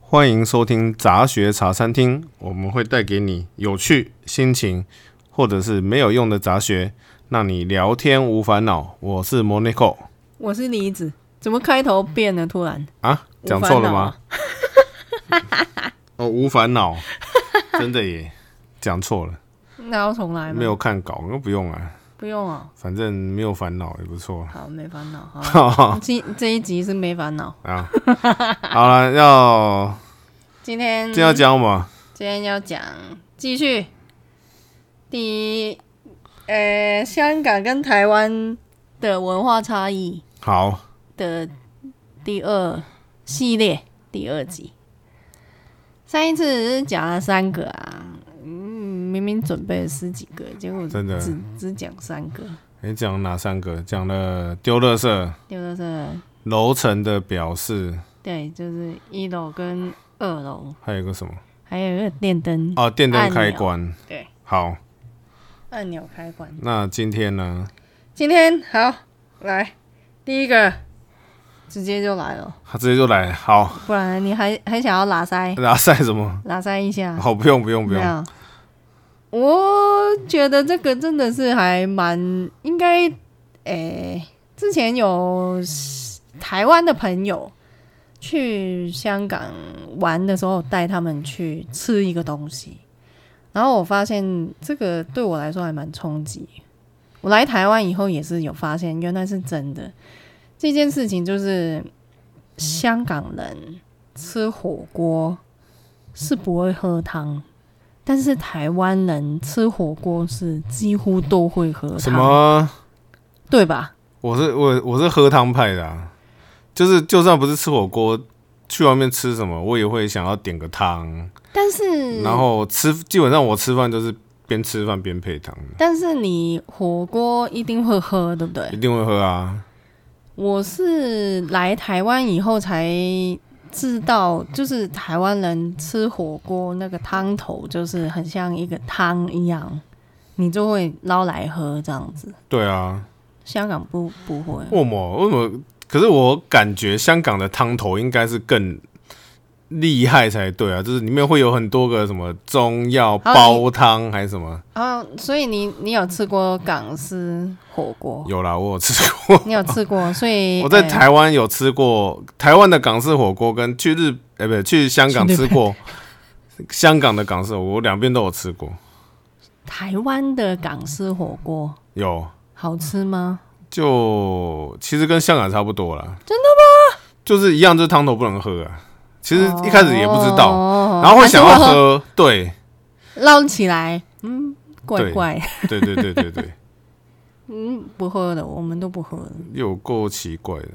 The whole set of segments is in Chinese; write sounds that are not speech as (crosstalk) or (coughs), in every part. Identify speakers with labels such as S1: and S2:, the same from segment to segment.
S1: 欢迎收听杂学茶餐厅，我们会带给你有趣、心情或者是没有用的杂学，让你聊天无烦恼。我是 Monaco
S2: 我是梨子，怎么开头变了？突然
S1: 啊，
S2: 无
S1: 讲
S2: 烦
S1: 错了
S2: 恼
S1: 吗？哦，无烦恼，真的耶，讲错了，
S2: 那要重来吗？
S1: 没有看稿，那不用啊，
S2: 不用哦。
S1: 反正没有烦恼也不错。 (laughs)
S2: 好，没烦恼。好，
S1: 啊，
S2: 今这一集是没烦恼。
S1: 好了，要
S2: 今天
S1: 今天要讲嘛，
S2: 今天要讲继续第一，呃，香港跟台湾的文化差异
S1: 好，
S2: 的第二系列第二集。上一次只是讲了三个啊，嗯，明明准备了十几个，结果
S1: 真的
S2: 只只讲三个，
S1: 你讲哪三个？讲了丢垃圾、
S2: 就是
S1: 楼层的表示，
S2: 对，就是一楼跟二楼，
S1: 还有一个什么？
S2: 还有一个电灯
S1: 哦，电灯
S2: 按钮
S1: 开关。
S2: 对，
S1: 好，
S2: 按钮开关。
S1: 那今天呢？
S2: 今天好来第一个，直接就来了，
S1: 他直接就来，
S2: (laughs)
S1: 好，
S2: 不然你还还想要拉塞
S1: 拉塞什么？
S2: 拉塞一下？
S1: 好，不用不用不
S2: 嗯没
S1: 用，
S2: 有，我觉得这个真的是还蛮应该，诶、之前有台湾的朋友去香港玩的时候，带他们去吃一个东西，然后我发现这个对我来说还蛮冲击。我来台湾以后也是有发现，原来是真的。这件事情就是香港人吃火锅是不会喝汤，但是台湾人吃火锅是几乎都会喝汤，
S1: 什么？
S2: 对吧？
S1: 我是我我是喝汤派的、啊，就是就算不是吃火锅，去外面吃什么，我也会想要点个汤，
S2: 但是
S1: 然后吃，基本上我吃饭就是边吃饭边配汤，
S2: 但是你火锅一定会喝，对不对
S1: 一？定会喝啊。
S2: 我是来台湾以后才知道，就是台湾人吃火锅那个汤头，就是很像一个汤一样，你就会捞来喝这样子。
S1: 对啊，
S2: 香港不不会，
S1: 为什么？为什么？可是我感觉香港的汤头应该是更厉害才对啊，就是里面会有很多个什么中药
S2: 好
S1: 煲汤还是什么？
S2: 啊，所以你你有吃过港式火锅？
S1: 有啦，我有吃
S2: (laughs)
S1: 过。
S2: 你有吃过？所以
S1: 我在
S2: 呃
S1: 台湾有吃过台湾的港式火锅，跟去日哎、不对，去香港
S2: 去日
S1: 吃过 (laughs) 香港的港式火锅，我两边都有吃过。
S2: 台湾的港式火锅
S1: 有，
S2: 好吃吗？
S1: 就其实跟香港差不多啦。真的吗？就是一样，就是汤头不能喝啊。其实一开始也不知道，
S2: 哦
S1: 然后会想要
S2: 还是会
S1: 喝，对，
S2: 捞起来，嗯，怪
S1: 对
S2: 怪，
S1: (laughs) 对对对对对，
S2: 嗯，不喝的，我们都不喝的。
S1: 有够奇怪的。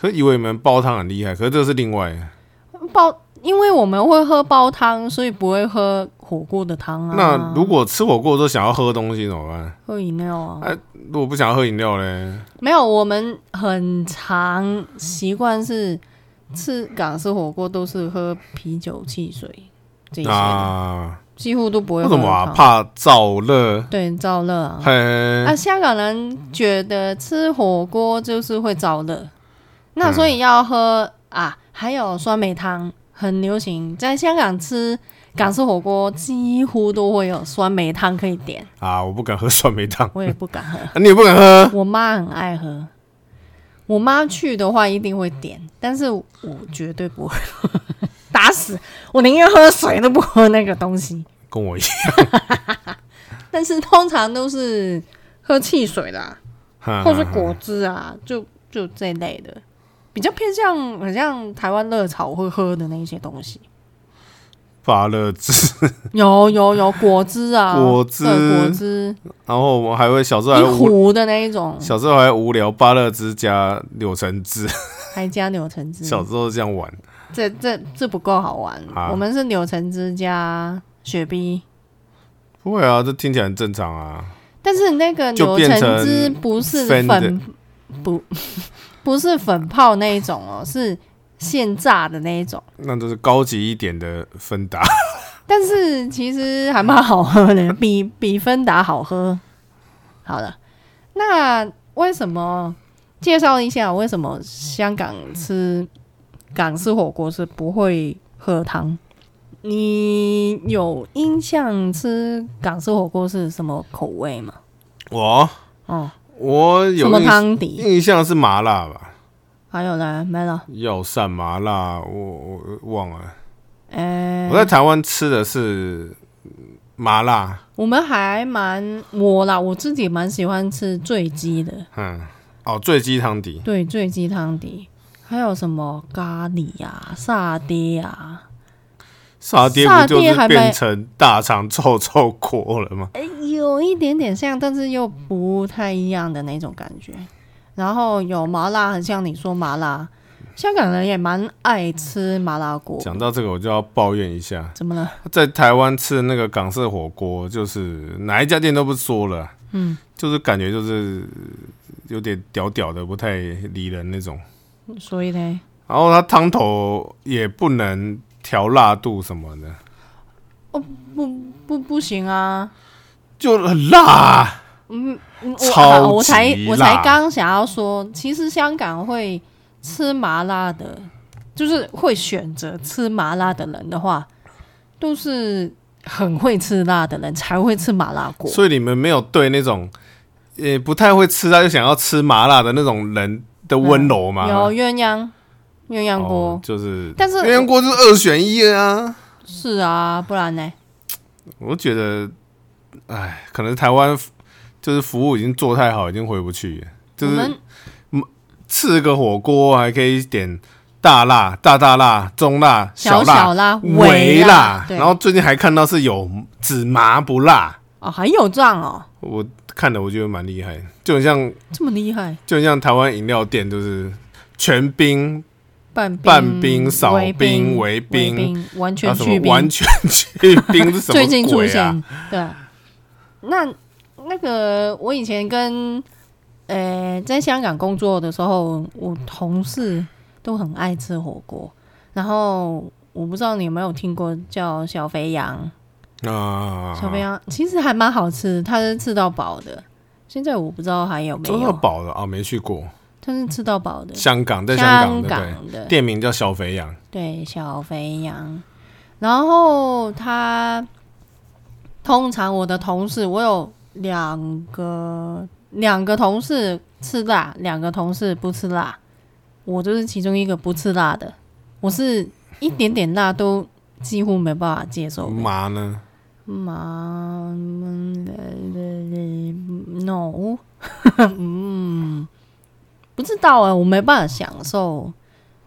S1: 可以为你们煲汤很厉害，可是这是另外。
S2: 煲，因为我们会喝煲汤，所以不会喝火锅的汤啊。
S1: 那如果吃火锅的时候想要喝东西怎么办？
S2: 喝饮料啊，
S1: 哎如果不想要喝饮料嘞，
S2: 没有，我们很常习惯是吃港式火锅都是喝啤酒、汽水这些的，
S1: 啊，
S2: 几乎都不会
S1: 为
S2: 喝
S1: 什
S2: 汤。
S1: 么啊？怕燥热？
S2: 对，燥热啊。啊，
S1: 嘿，
S2: 香港人觉得吃火锅就是会燥热，那所以要喝、啊，还有酸梅汤很流行，在香港吃港式火锅几乎都会有酸梅汤可以点，
S1: 啊，我不敢喝酸梅汤， (laughs)
S2: 我也不 (laughs) 敢喝，
S1: 啊你也不敢喝，
S2: 我妈很爱喝，我妈去的话一定会点，但是我绝对不会 (laughs) 喝，打死我宁愿喝水都不喝那个东西，
S1: 跟我一样。
S2: 但是通常都是喝汽水啦。 (laughs)
S1: 哈
S2: 或是果汁啊，就就这类的，比较偏向很像台湾热炒会喝的那一些东西。
S1: 发热汁， (laughs)
S2: 有有有果汁啊，
S1: 果汁
S2: 对果汁，
S1: 然后我们还会小时候还
S2: 一
S1: 无
S2: 壶的那一种，
S1: 小时候还无聊，芭乐汁加柳橙汁，
S2: 还加柳橙
S1: (laughs)
S2: 汁。
S1: 小时候这样玩。
S2: 这这这不够好玩，
S1: 啊
S2: 我们是柳橙汁加雪碧，
S1: 不会啊，这听起来很正常啊。
S2: 但是那个
S1: 就
S2: 柳
S1: 变
S2: 橙
S1: 成
S2: 汁不是
S1: Fender
S2: 粉，不 (laughs) 不是粉泡那一种哦，是现榨的那一种。
S1: 那都是高级一点的芬达。
S2: 但是其实还蛮好喝的， (laughs) 比比芬达好喝。好了，那为什么介绍一下为什么香港吃港式火锅是不会喝汤。你有印象吃港式火锅是什么口味吗？
S1: 我
S2: 哦，
S1: 我
S2: 什
S1: 有
S2: 么
S1: 印
S2: 汤底？
S1: 印象是麻辣吧，
S2: 还有呢？没了。
S1: 药膳麻辣，我我我忘了。
S2: 哎、
S1: 我在台湾吃的是麻辣，
S2: 我们还蛮我啦，我自己蛮喜欢吃醉鸡的，
S1: 嗯，哦，醉鸡汤底，
S2: 对，醉鸡汤底。还有什么咖喱呀、沙爹啊呀、
S1: 沙爹不就
S2: 沙爹还
S1: 是
S2: 没
S1: 变成大肠臭臭锅了吗？
S2: 哎，有一点点像，但是又不太一样的那种感觉。然后有麻辣，很像你说麻辣，香港人也蛮爱吃麻辣锅。
S1: 讲到这个，我就要抱怨一下，
S2: 怎么了？
S1: 在台湾吃的那个港式火锅，就是哪一家店都不说了，
S2: 嗯，
S1: 就是感觉就是有点屌屌的，不太理人那种。
S2: 所以呢？
S1: 然后它汤头也不能调辣度什么的，
S2: 不不不行啊！
S1: 就很辣啊、
S2: 嗯我
S1: 超
S2: 好我才
S1: 级
S2: 我
S1: 辣
S2: 才刚想要说，其实香港会吃麻辣的，就是会选择吃麻辣的人的话，都是很会吃辣的人才会吃麻辣锅。
S1: 所以你们没有对那种也不太会吃啊，又想要吃麻辣的那种人的温柔吗？
S2: 有鸳鸯鸳鸯锅。
S1: 哦就是，
S2: 但是
S1: 鸳鸯锅就是二选一啊。
S2: 是啊，不然呢？
S1: 我觉得，哎，可能台湾就是服务已经做太好，已经回不去了，就
S2: 我
S1: 是
S2: 们
S1: 吃个火锅还可以点大辣、大大辣、中辣、
S2: 小
S1: 辣。
S2: 辣、
S1: 微
S2: 辣
S1: 辣，，
S2: 对
S1: 然后最近还看到是有只麻不辣，
S2: 哦，还有这样哦，
S1: 我看的我觉得蛮厉害的，就很像
S2: 这么厉害，
S1: 就很像台湾饮料店，就是全冰、
S2: 半
S1: 半冰少
S2: 微
S1: 冰
S2: 冰、
S1: 微
S2: 微
S1: 冰
S2: 冰，完
S1: 啊
S2: 全
S1: 什
S2: 去
S1: 么
S2: 冰，
S1: 完全去冰是什么、鬼
S2: 最近出
S1: 啊？
S2: 现，对。那那个，我以前跟呃在香港工作的时候，我同事都很爱吃火锅，然后我不知道你有没有听过叫小肥羊。
S1: 啊，
S2: 小肥羊其实还蛮好吃，它是吃到饱的。现在我不知道还有没
S1: 中药
S2: 有，
S1: 堡的啊，没去过，
S2: 它是吃到饱的，
S1: 香港在
S2: 香
S1: 港的
S2: 的
S1: 对，店名叫小肥羊，
S2: 对小肥羊。然后它通常我的同事，我有两个两个同事吃辣，两个同事不吃辣，我就是其中一个不吃辣的，我是一点点辣都几乎没办法接受的。
S1: 麻呢？
S2: 妈，no，嗯，不知道哎、我没办法享受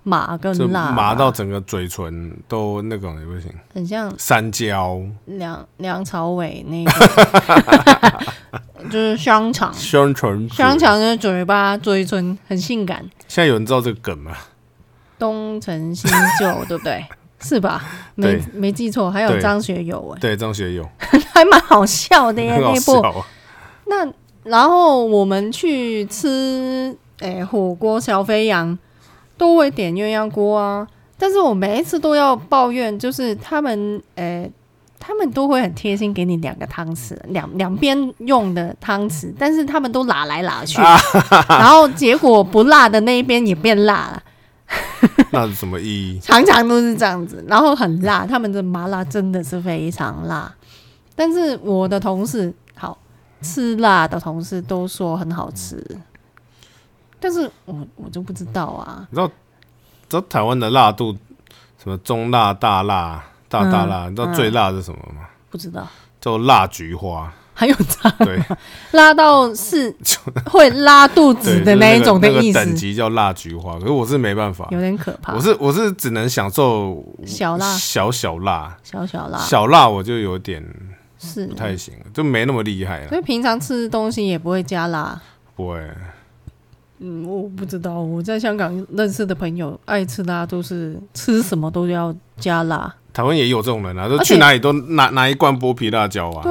S2: 麻跟
S1: 就
S2: 辣，
S1: 麻到整个嘴唇都那种也不行，
S2: 很像
S1: 山椒、
S2: 梁梁朝伟那个， (laughs) 就是香肠，
S1: 香肠、
S2: 香。肠的嘴巴嘴唇很性感，
S1: 现在有人知道这个梗吗？
S2: 东成西就，
S1: (laughs)
S2: 对不对？是吧？没
S1: 对
S2: 没记错，还有
S1: 对
S2: 张学友哎、
S1: 对，张学友，
S2: 还蛮好笑的耶
S1: 很 (laughs) 好
S2: 那
S1: 笑
S2: 部。
S1: 啊。
S2: 那然后我们去吃诶、火锅小肥羊，都会点鸳鸯锅啊。但是我每一次都要抱怨，就是他们诶、他们都会很贴心给你两个汤匙，两两边用的汤匙，但是他们都拉来拉去，然后结果不辣的那一边也变辣了，
S1: 那是什么意义？
S2: 常常都是这样子，然后很辣，他们的麻辣真的是非常辣。但是我的同事，好吃辣的同事都说很好吃，但是我我就不知道啊，
S1: 你知道，知道台湾的辣度，什么中辣、大辣、大大
S2: 嗯
S1: 辣，你知道最辣是什么吗？
S2: 不知道
S1: 叫辣菊花。
S2: 还有这样 (laughs)
S1: 对，
S2: 拉到是会拉肚子
S1: 对，
S2: 的
S1: 就是
S2: 那
S1: 那
S2: 一种的
S1: 个
S2: 意思，
S1: 等级叫辣菊花。可是我是没办法，
S2: 有点可怕
S1: 我。是我是只能享受
S2: 小辣，啊
S1: 小小辣，
S2: 小小辣，
S1: 小辣我就有点
S2: 是
S1: 不。太行，就没那么厉害了
S2: 所。以平常吃东西也不会加辣。
S1: 不会，
S2: 嗯，我不知道，我在香港认识的朋友爱吃辣，都是吃什么都要加辣。
S1: 台湾也有这种人啊，就
S2: 而且
S1: 去哪里都拿拿一罐剥皮辣椒啊。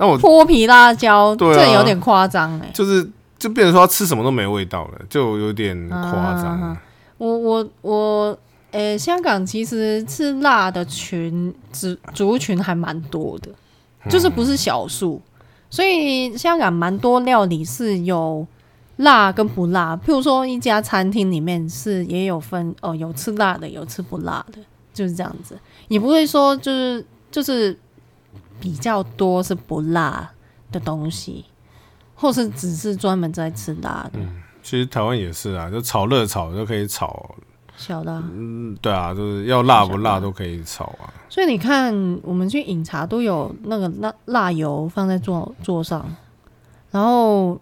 S1: 那我
S2: 剥皮辣椒，
S1: 对啊
S2: 这有点夸张哎。
S1: 就是就变成说他吃什么都没味道了，就有点夸张。
S2: 啊我我我，呃、香港其实吃辣的群族族群还蛮多的，就是不是少数，所以香港蛮多料理是有辣跟不辣。譬如说一家餐厅里面是也有分哦，有吃辣的，有吃不辣的。就是这样子，也不会说就是就是比较多是不辣的东西，或是只是专门在吃辣的，
S1: 其实台湾也是啊，就炒热炒就可以炒，
S2: 小的啊、
S1: 嗯，对啊，就是要辣不辣都可以炒啊。
S2: 所以你看，我们去饮茶都有那个辣辣油放在桌桌上，然后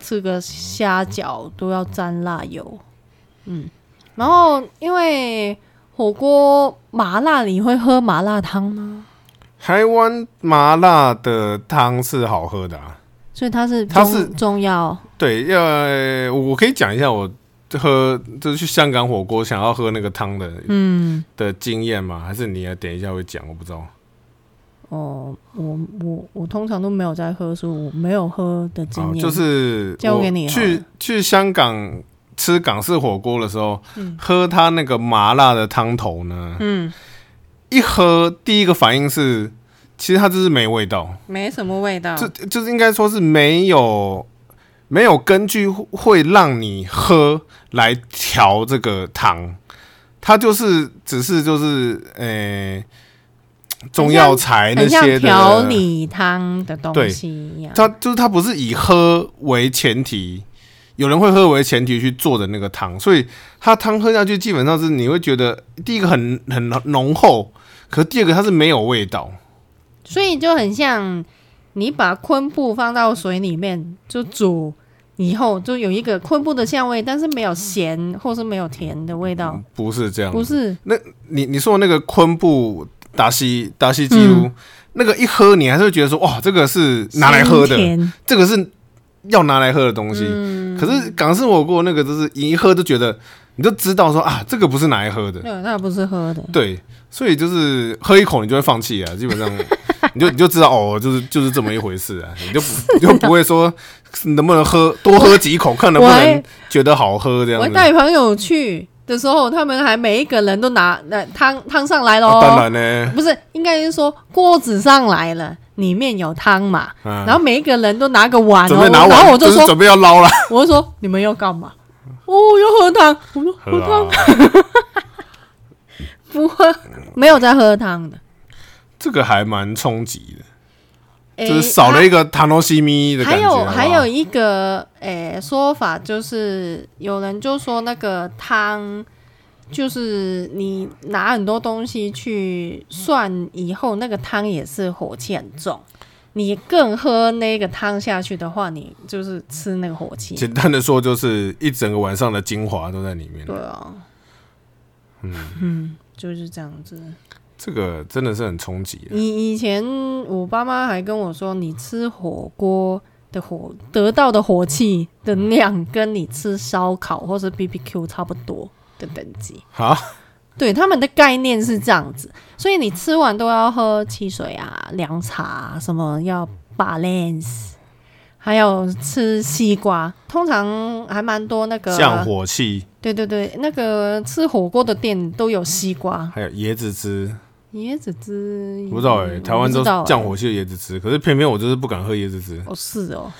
S2: 吃个虾饺都要沾辣油，嗯，然后因为火锅麻辣，你会喝麻辣汤吗？
S1: 台湾麻辣的汤是好喝的啊，
S2: 所以它是
S1: 它
S2: 中
S1: 是
S2: 中药，
S1: 对，要我可以讲一下我喝就是去香港火锅想要喝那个汤的
S2: 嗯，
S1: 的经验吗？还是你要等一下会讲？我不知道。
S2: 哦，我我我通常都没有在喝，所以我没有喝的经
S1: 好，
S2: 验，
S1: 哦就是
S2: 交
S1: 我
S2: 给你好
S1: 去
S2: 了
S1: 去香港吃港式火锅的时候，喝他那个麻辣的汤头呢，
S2: 嗯，
S1: 一喝第一个反应是，其实它就是没味道，
S2: 没什么味道
S1: 这就是应该说是没有没有根据会让你喝来调这个汤，它就是只是就是呃、中药材那
S2: 很像
S1: 些的
S2: 调理汤的东
S1: 对
S2: 西一样，
S1: 它就是它不是以喝为前提，有人会喝为前提去做的那个汤，所以它汤喝下去基本上是你会觉得第一个很很浓厚，可是第二个它是没有味道，
S2: 所以就很像你把昆布放到水里面就煮，以后就有一个昆布的香味，但是没有咸或是没有甜的味道，
S1: 不是这样。
S2: 不是
S1: 你你说的那个昆布达西达西基
S2: 嗯
S1: 鲁、那个一喝，你还是会觉得说哇，这个是拿来喝
S2: 鲜
S1: 的，
S2: 甜嗯
S1: 这个是要拿来喝的东西。可是港式火锅那个就是一喝就觉得，你就知道说啊，这个不是拿来喝的。
S2: 对，那不是喝的。
S1: 对，所以就是喝一口你就会放弃啊，基本
S2: (laughs)
S1: 上你就你就知道哦，就是就是这么一回事啊，你就不你就不会说能不能喝多喝几口，看能不
S2: 我还
S1: 能觉得好喝这样
S2: 我
S1: 子。啊
S2: 带朋友去的时候，他们还每一个人都拿那汤汤上来喽、
S1: 啊当然呢，
S2: 不是，应该是说锅子上来了，里面有汤嘛，
S1: 嗯
S2: 然后每一个人都拿个碗、哦，
S1: 准备拿
S2: 然后我
S1: 完，
S2: 就
S1: 就是啊
S2: 说，
S1: 准备要捞了，
S2: 我就说你们要干嘛？哦，要喝汤，我说
S1: 喝
S2: 喝汤
S1: 啊。
S2: 不喝，没有在喝汤的，
S1: 这个还蛮冲击的，
S2: 诶
S1: 就是少了一个塔诺西咪的
S2: 哎还
S1: 感觉。啊
S2: 有
S1: 好不好
S2: 还有一个诶、说法，就是有人就说那个汤，就是你拿很多东西去涮以后，那个汤也是火气很重。你更喝那个汤下去的话，你就是吃那个火气。
S1: 简单的说，就是一整个晚上的精华都在里面
S2: 对。啊，嗯
S1: 嗯
S2: 就是这样子。
S1: 这个真的是很冲击啊的。
S2: 以以前我爸妈还跟我说，你吃火锅的火得到的火气的
S1: 嗯
S2: 量，跟你吃烧烤或是 B B Q 差不多的等级。
S1: 好，
S2: 对，他们的概念是这样子，所以你吃完都要喝汽水啊、凉茶、啊，什么要 balance，还有吃西瓜，通常还蛮多那个
S1: 降火气，
S2: 对对对，那个吃火锅的店都有西瓜、
S1: 还有椰子汁。
S2: 椰子汁。
S1: 不知道哎、
S2: 我
S1: 台湾
S2: 不
S1: 都
S2: 知道欸
S1: 降火气的椰子汁，可是偏偏我就是不敢喝椰子汁。
S2: 哦，是哦。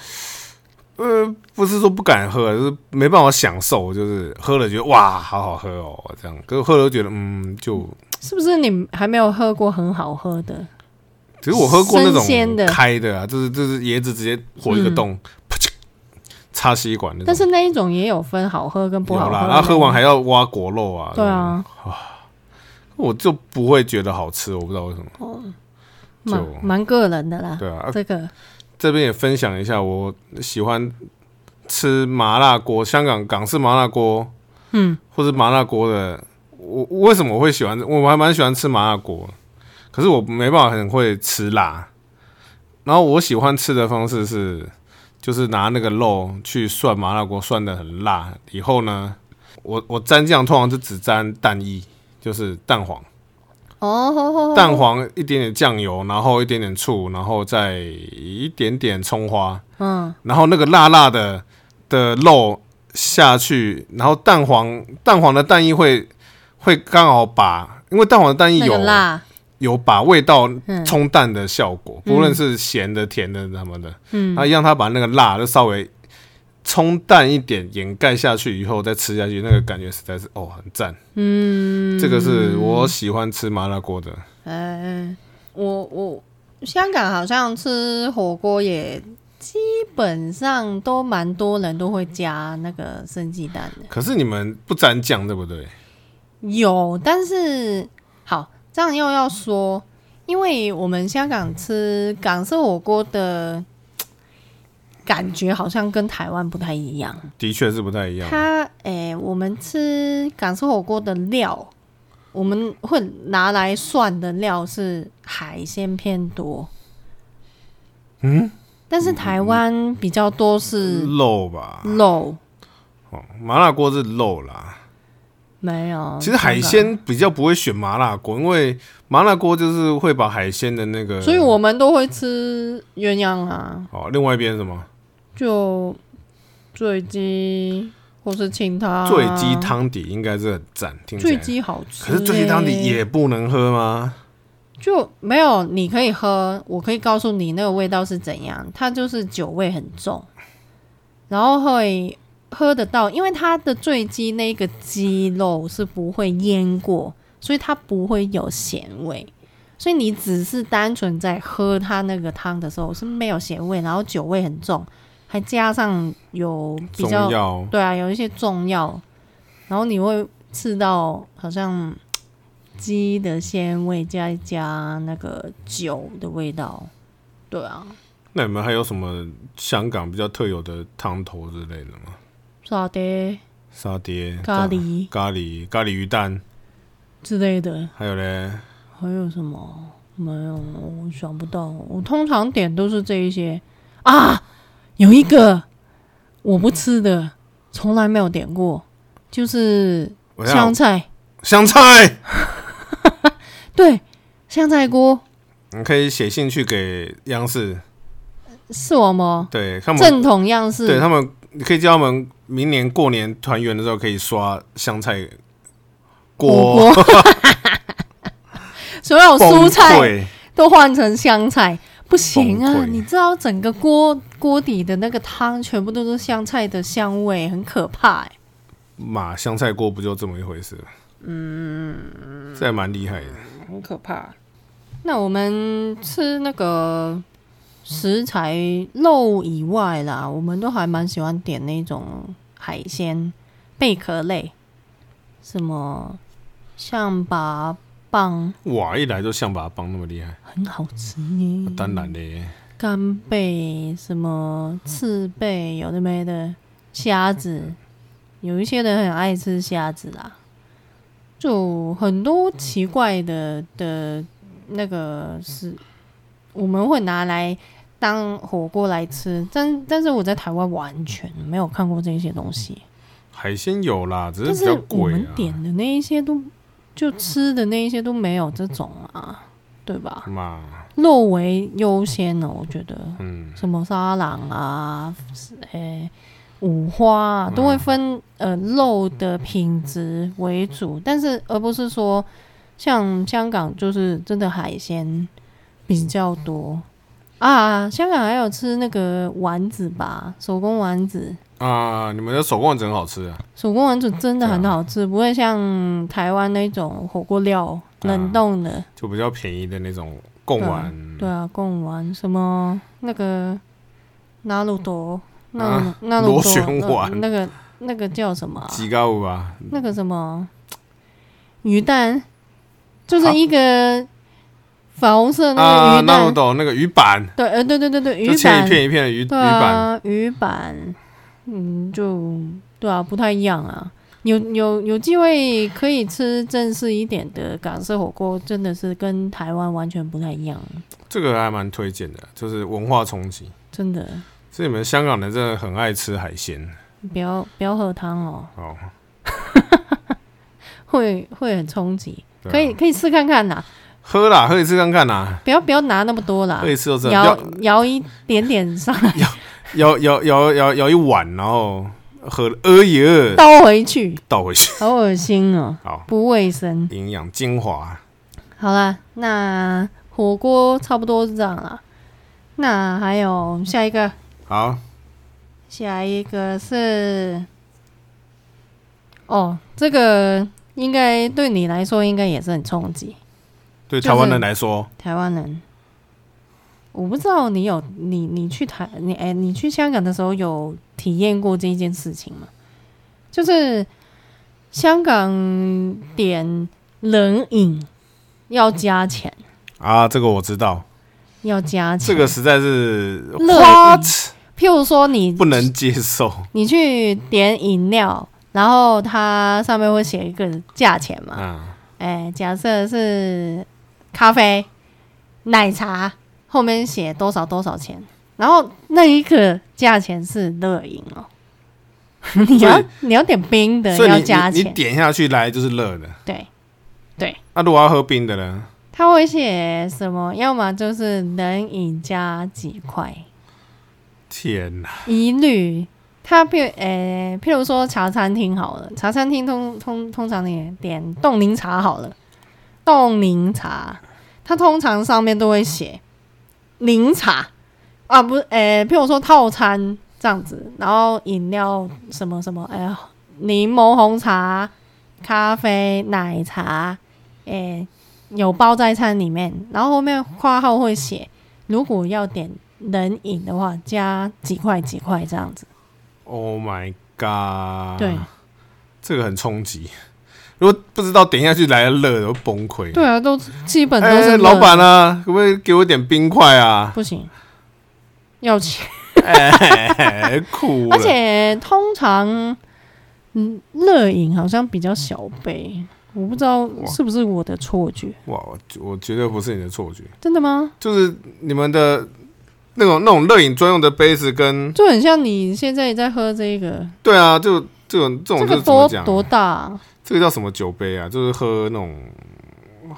S1: 呃，不是说不敢喝，就是没办法享受，就是喝了觉得哇，好好喝哦，这样。可是喝了就觉得嗯，就是
S2: 不是你还没有喝过很好喝的？
S1: 其实我喝过那种
S2: 生鲜的嗯
S1: 开的啊，就是就是椰子直接火一个洞，啪嚓插吸管那种。
S2: 但是那一种也有分好喝跟不好
S1: 有
S2: 喝
S1: 啦，
S2: 的。
S1: 然后喝完还要挖果肉啊。
S2: 对啊，
S1: 我就不会觉得好吃，我不知道为什么。就
S2: 蛮蛮个人的啦。
S1: 对啊，
S2: 这个
S1: 这边也分享一下，我喜欢吃麻辣锅，香港港式麻辣锅，
S2: 嗯，
S1: 或是麻辣锅的。我我为什么我会喜欢？我还蛮喜欢吃麻辣锅，可是我没办法很会吃辣。然后我喜欢吃的方式是，就是拿那个肉去涮麻辣锅，涮的很辣。以后呢，我我蘸酱通常就只蘸蛋液，就是蛋黄。
S2: 哦，吼吼吼
S1: 蛋黄一点点酱油，然后一点点醋，然后再一点点葱花，
S2: 嗯，
S1: 然后那个辣辣的的肉下去，然后蛋黄蛋黄的蛋液会会刚好把，因为蛋黄的蛋液
S2: 那
S1: 有
S2: 个辣，
S1: 有把味道
S2: 嗯
S1: 冲淡的效果，
S2: 嗯
S1: 不论是咸的、甜的什么的，
S2: 嗯
S1: 那、一样它把那个辣就稍微冲淡一点掩盖下去以后再吃下去，那个感觉实在是哦很赞。嗯，这个是我喜欢吃麻辣锅的。
S2: 嗯，我我香港好像吃火锅也基本上都蛮多人都会加那个生鸡蛋的，
S1: 可是你们不沾酱对不对？
S2: 有，但是好这样又要说，因为我们香港吃港式火锅的感觉好像跟台湾不太一样。
S1: 的确是不太一样。
S2: 它诶、我们吃港式火锅的料，我们会拿来涮的料是海鲜偏多。
S1: 嗯，
S2: 但是台湾比较多是
S1: 肉吧，
S2: 肉，
S1: 哦，麻辣锅是肉啦。
S2: 没有。
S1: 其实海鲜比较不会选麻辣锅，因为麻辣锅就是会把海鲜的那个，
S2: 真的，所以我们都会吃鸳鸯啊，
S1: 哦，另外一边是什么
S2: 就醉鸡或是清汤。
S1: 醉鸡，汤底应该是很赞，听起
S2: 啊醉
S1: 来。
S2: 鸡嗯好吃欸、
S1: 可是醉鸡汤底也不能喝吗？
S2: 就没有，你可以喝，我可以告诉你那个味道是怎样，它就是酒味很重，然后会喝得到，因为它的醉鸡那个鸡肉是不会腌过，所以它不会有咸味，所以你只是单纯在喝它那个汤的时候是没有咸味，然后酒味很重，还加上有比
S1: 中
S2: 较
S1: 药
S2: 对啊，有一些重要，然后你会吃到好像鸡的鲜味，加一加那个酒的味道，对啊，
S1: 那你们还有什么香港比较特有的汤头之类的吗？
S2: 沙爹、
S1: 沙爹、
S2: 咖、喱
S1: 咖喱、咖喱鱼蛋，
S2: 之类的，
S1: 还有嘞，
S2: 还有什么？没有，我想不到。我通常点都是这一些啊，有一个我不吃的，从来没有点过，就是
S1: 我想
S2: 香菜，
S1: 香菜，
S2: 对，香菜锅
S1: 你可以写信去给央视，
S2: 是我吗？
S1: 对他们，
S2: 正统样式，
S1: 对他们，你可以叫他们明年过年团圆的时候可以刷香菜锅
S2: 火锅， (laughs) 所有
S1: 崩
S2: 蔬菜
S1: 溃，
S2: 都换成香菜，不行啊！
S1: 崩溃
S2: 你知道整个锅锅底的那个汤全部都是香菜的香味，很可怕、欸。
S1: 嘛，香菜锅不就这么一回事？嗯，这还蛮厉害的。
S2: 很可怕。那我们吃那个食材肉以外啦，我们都还蛮喜欢点那种海鲜贝壳类，什么象拔蚌，
S1: 哇，一来就象拔蚌那么厉害，啊
S2: 很好吃耶。
S1: 当然嘞，
S2: 干贝、什么刺贝，有的没的，虾子，有一些人很爱吃虾子啦，就很多奇怪的的那个是我们会拿来当火锅来吃，但但是我在台湾完全没有看过这些东西，
S1: 海鲜有啦，只
S2: 但
S1: 比
S2: 是
S1: 较
S2: 我
S1: 贵
S2: 们
S1: 啊。
S2: 点的那一些都就吃的那一些都没有这种啊，对吧？
S1: 嘛，
S2: 肉为优先呢、我觉得。
S1: 嗯，
S2: 什么沙朗啊，诶、五花啊，都会分呃肉的品质为主，但是而不是说像香港就是真的海鲜比较多啊。香港还有吃那个丸子吧，手工丸子，
S1: 啊，你们的手工真好吃啊，
S2: 手工丸子真的很
S1: 对啊
S2: 好吃，不会像台湾那种火锅料
S1: 对啊
S2: 冷冻的。
S1: 就比较便宜的那种贡丸，
S2: 对啊，贡丸什么那个纳鲁多，那
S1: 啊
S2: 那
S1: 螺旋丸
S2: 那个那个叫什么啊、
S1: 鸡高五啊，
S2: 那个什么鱼蛋，就是一个粉红色那个
S1: 啊，
S2: 鱼
S1: 那
S2: 蛋，
S1: 我懂那个鱼板，
S2: 对，呃，对对对对，鱼
S1: 就切
S2: 板，
S1: 一片一片的鱼鱼
S2: 对
S1: 板，
S2: 啊，鱼板，嗯，就对啊，不太一样啊。有有有机会可以吃正式一点的港式火锅，真的是跟台湾完全不太一样，
S1: 这个还蛮推荐的，就是文化冲击。
S2: 真的。
S1: 所以你们香港人真的很爱吃海鲜
S2: 不要不要喝汤哦，
S1: 哦，
S2: (laughs) 会会很冲击。
S1: 对啊
S2: 可以可以试看看啦，
S1: 喝啦，喝一次看看啦，
S2: 不要不要拿那么多啦
S1: 喝，一次就知道，
S2: 摇
S1: 要
S2: 摇一点点上来 (laughs)
S1: 摇摇摇摇摇一碗，然后喝呃耶
S2: 倒回
S1: (laughs)
S2: 去，
S1: 倒回去。
S2: 好恶心哦，
S1: 好，
S2: 不卫生。
S1: 营养精华，
S2: 好啦，那火锅差不多是这样啦。那还有下一个
S1: 好，
S2: 下一个是，哦，这个应该对你来说应该也是很冲击。
S1: 对
S2: 就是
S1: 台湾人来说，
S2: 台湾人，我不知道你有你你去台你哎、你去香港的时候有体验过这一件事情吗？就是香港点冷饮要加钱，
S1: 啊，这个我知道，
S2: 要加钱。
S1: 这个实在是
S2: (laughs) 乐
S1: what
S2: 譬如说你
S1: 不能接受。
S2: 你去点饮料，然后它上面会写一个价钱嘛？
S1: 啊，
S2: 哎、假设是咖啡、奶茶，后面写多少多少钱，然后那一个价钱是热饮哦。 (laughs) 你要你要点冰的
S1: 所以
S2: 要
S1: 你
S2: 加
S1: 你你
S2: 钱，
S1: 点下去来就是热的，
S2: 对，
S1: 那、如果要喝冰的呢？
S2: 他会写什么？要么就是冷饮加几块，
S1: 天哪，
S2: 一律。他譬呃、譬如说茶餐厅好了，茶餐厅通通通常你点冻柠茶好了，冻柠茶，它通常上面都会写柠茶啊，不是，呃、譬如说套餐这样子，然后饮料什么什么，哎、呀，柠檬红茶、咖啡、奶茶，哎、有包在餐里面，然后后面括号会写如果要点冷饮的话，加几块几块这样子。
S1: ！Oh my god！
S2: 对，
S1: 这个很冲击。如果不知道点下去来热的，我崩溃。
S2: 对啊，都基本都
S1: 哎，
S2: 是、
S1: 老，板啊，可不可以给我点冰块啊？ (laughs)
S2: 不行，要钱。
S1: 哎，苦了。
S2: (laughs) 而且通常，嗯，热饮好像比较小杯，我不知道是不是我的错觉，
S1: 哇，我我绝对不是你的错觉，
S2: 真的吗？
S1: 就是你们的那种那种热饮专用的杯子跟
S2: 就很像你现在在喝这个，
S1: 对啊，就这种这
S2: 这
S1: 种
S2: 个
S1: 是怎么
S2: 多
S1: 讲？
S2: 多大啊、
S1: 这个叫什么酒杯啊？就是喝那种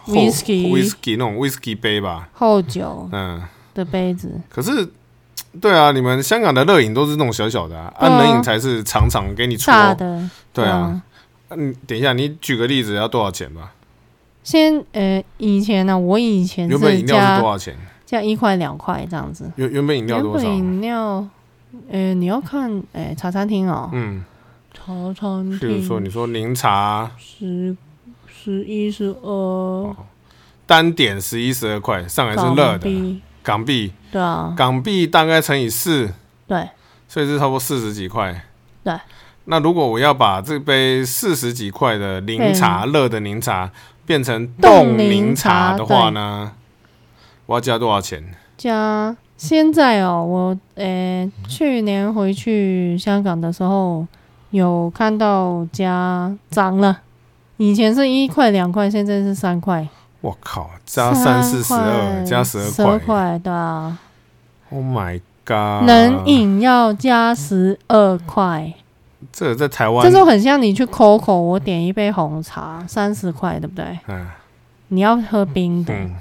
S2: Whisky
S1: whisky 那种 whisky 杯吧。
S2: 厚酒
S1: 嗯，
S2: 的杯子，
S1: 可是对啊，你们香港的热饮都是那种小小的啊，
S2: 对
S1: 按
S2: 啊
S1: 冷饮才是常常给你搓。
S2: 大的，
S1: 对啊，
S2: 嗯
S1: 嗯，等一下，你举个例子要多少钱吧？
S2: 先呃，以前呢、我以前
S1: 原本
S2: 是
S1: 饮料是
S2: 加
S1: 多少钱？
S2: 加一块两块这样子，
S1: 原原本饮料
S2: 原
S1: 多
S2: 本
S1: 少？
S2: 饮料，呃，你要看，哎、茶餐厅哦，
S1: 嗯，
S2: 茶餐
S1: 譬如说
S2: 厅
S1: 你说柠茶
S2: 十十一十二，
S1: 单点十一十二块，上海是热
S2: 港
S1: 的
S2: 币，
S1: 港币，
S2: 对啊，
S1: 港币大概乘以四，
S2: 对，
S1: 所以是差不多四十几块。
S2: 对。
S1: 那如果我要把这杯四十几块的柠茶热的柠茶变成冻
S2: 冻
S1: 柠
S2: 柠茶
S1: 的话呢，我要加多少钱？
S2: 加现在哦，我呃、去年回去香港的时候有看到加涨了，以前是一块两块，现在是三块，
S1: 我靠，加三四十二，
S2: 块
S1: 加十
S2: 十
S1: 二
S2: 二
S1: 块。
S2: 块，对啊，
S1: Oh my god！
S2: 冷饮要加十二块。
S1: 这个在台湾
S2: 这，就很像你去 Coco，我点一杯红茶三十块，对不对？
S1: 嗯
S2: 你要喝冰的，
S1: 嗯，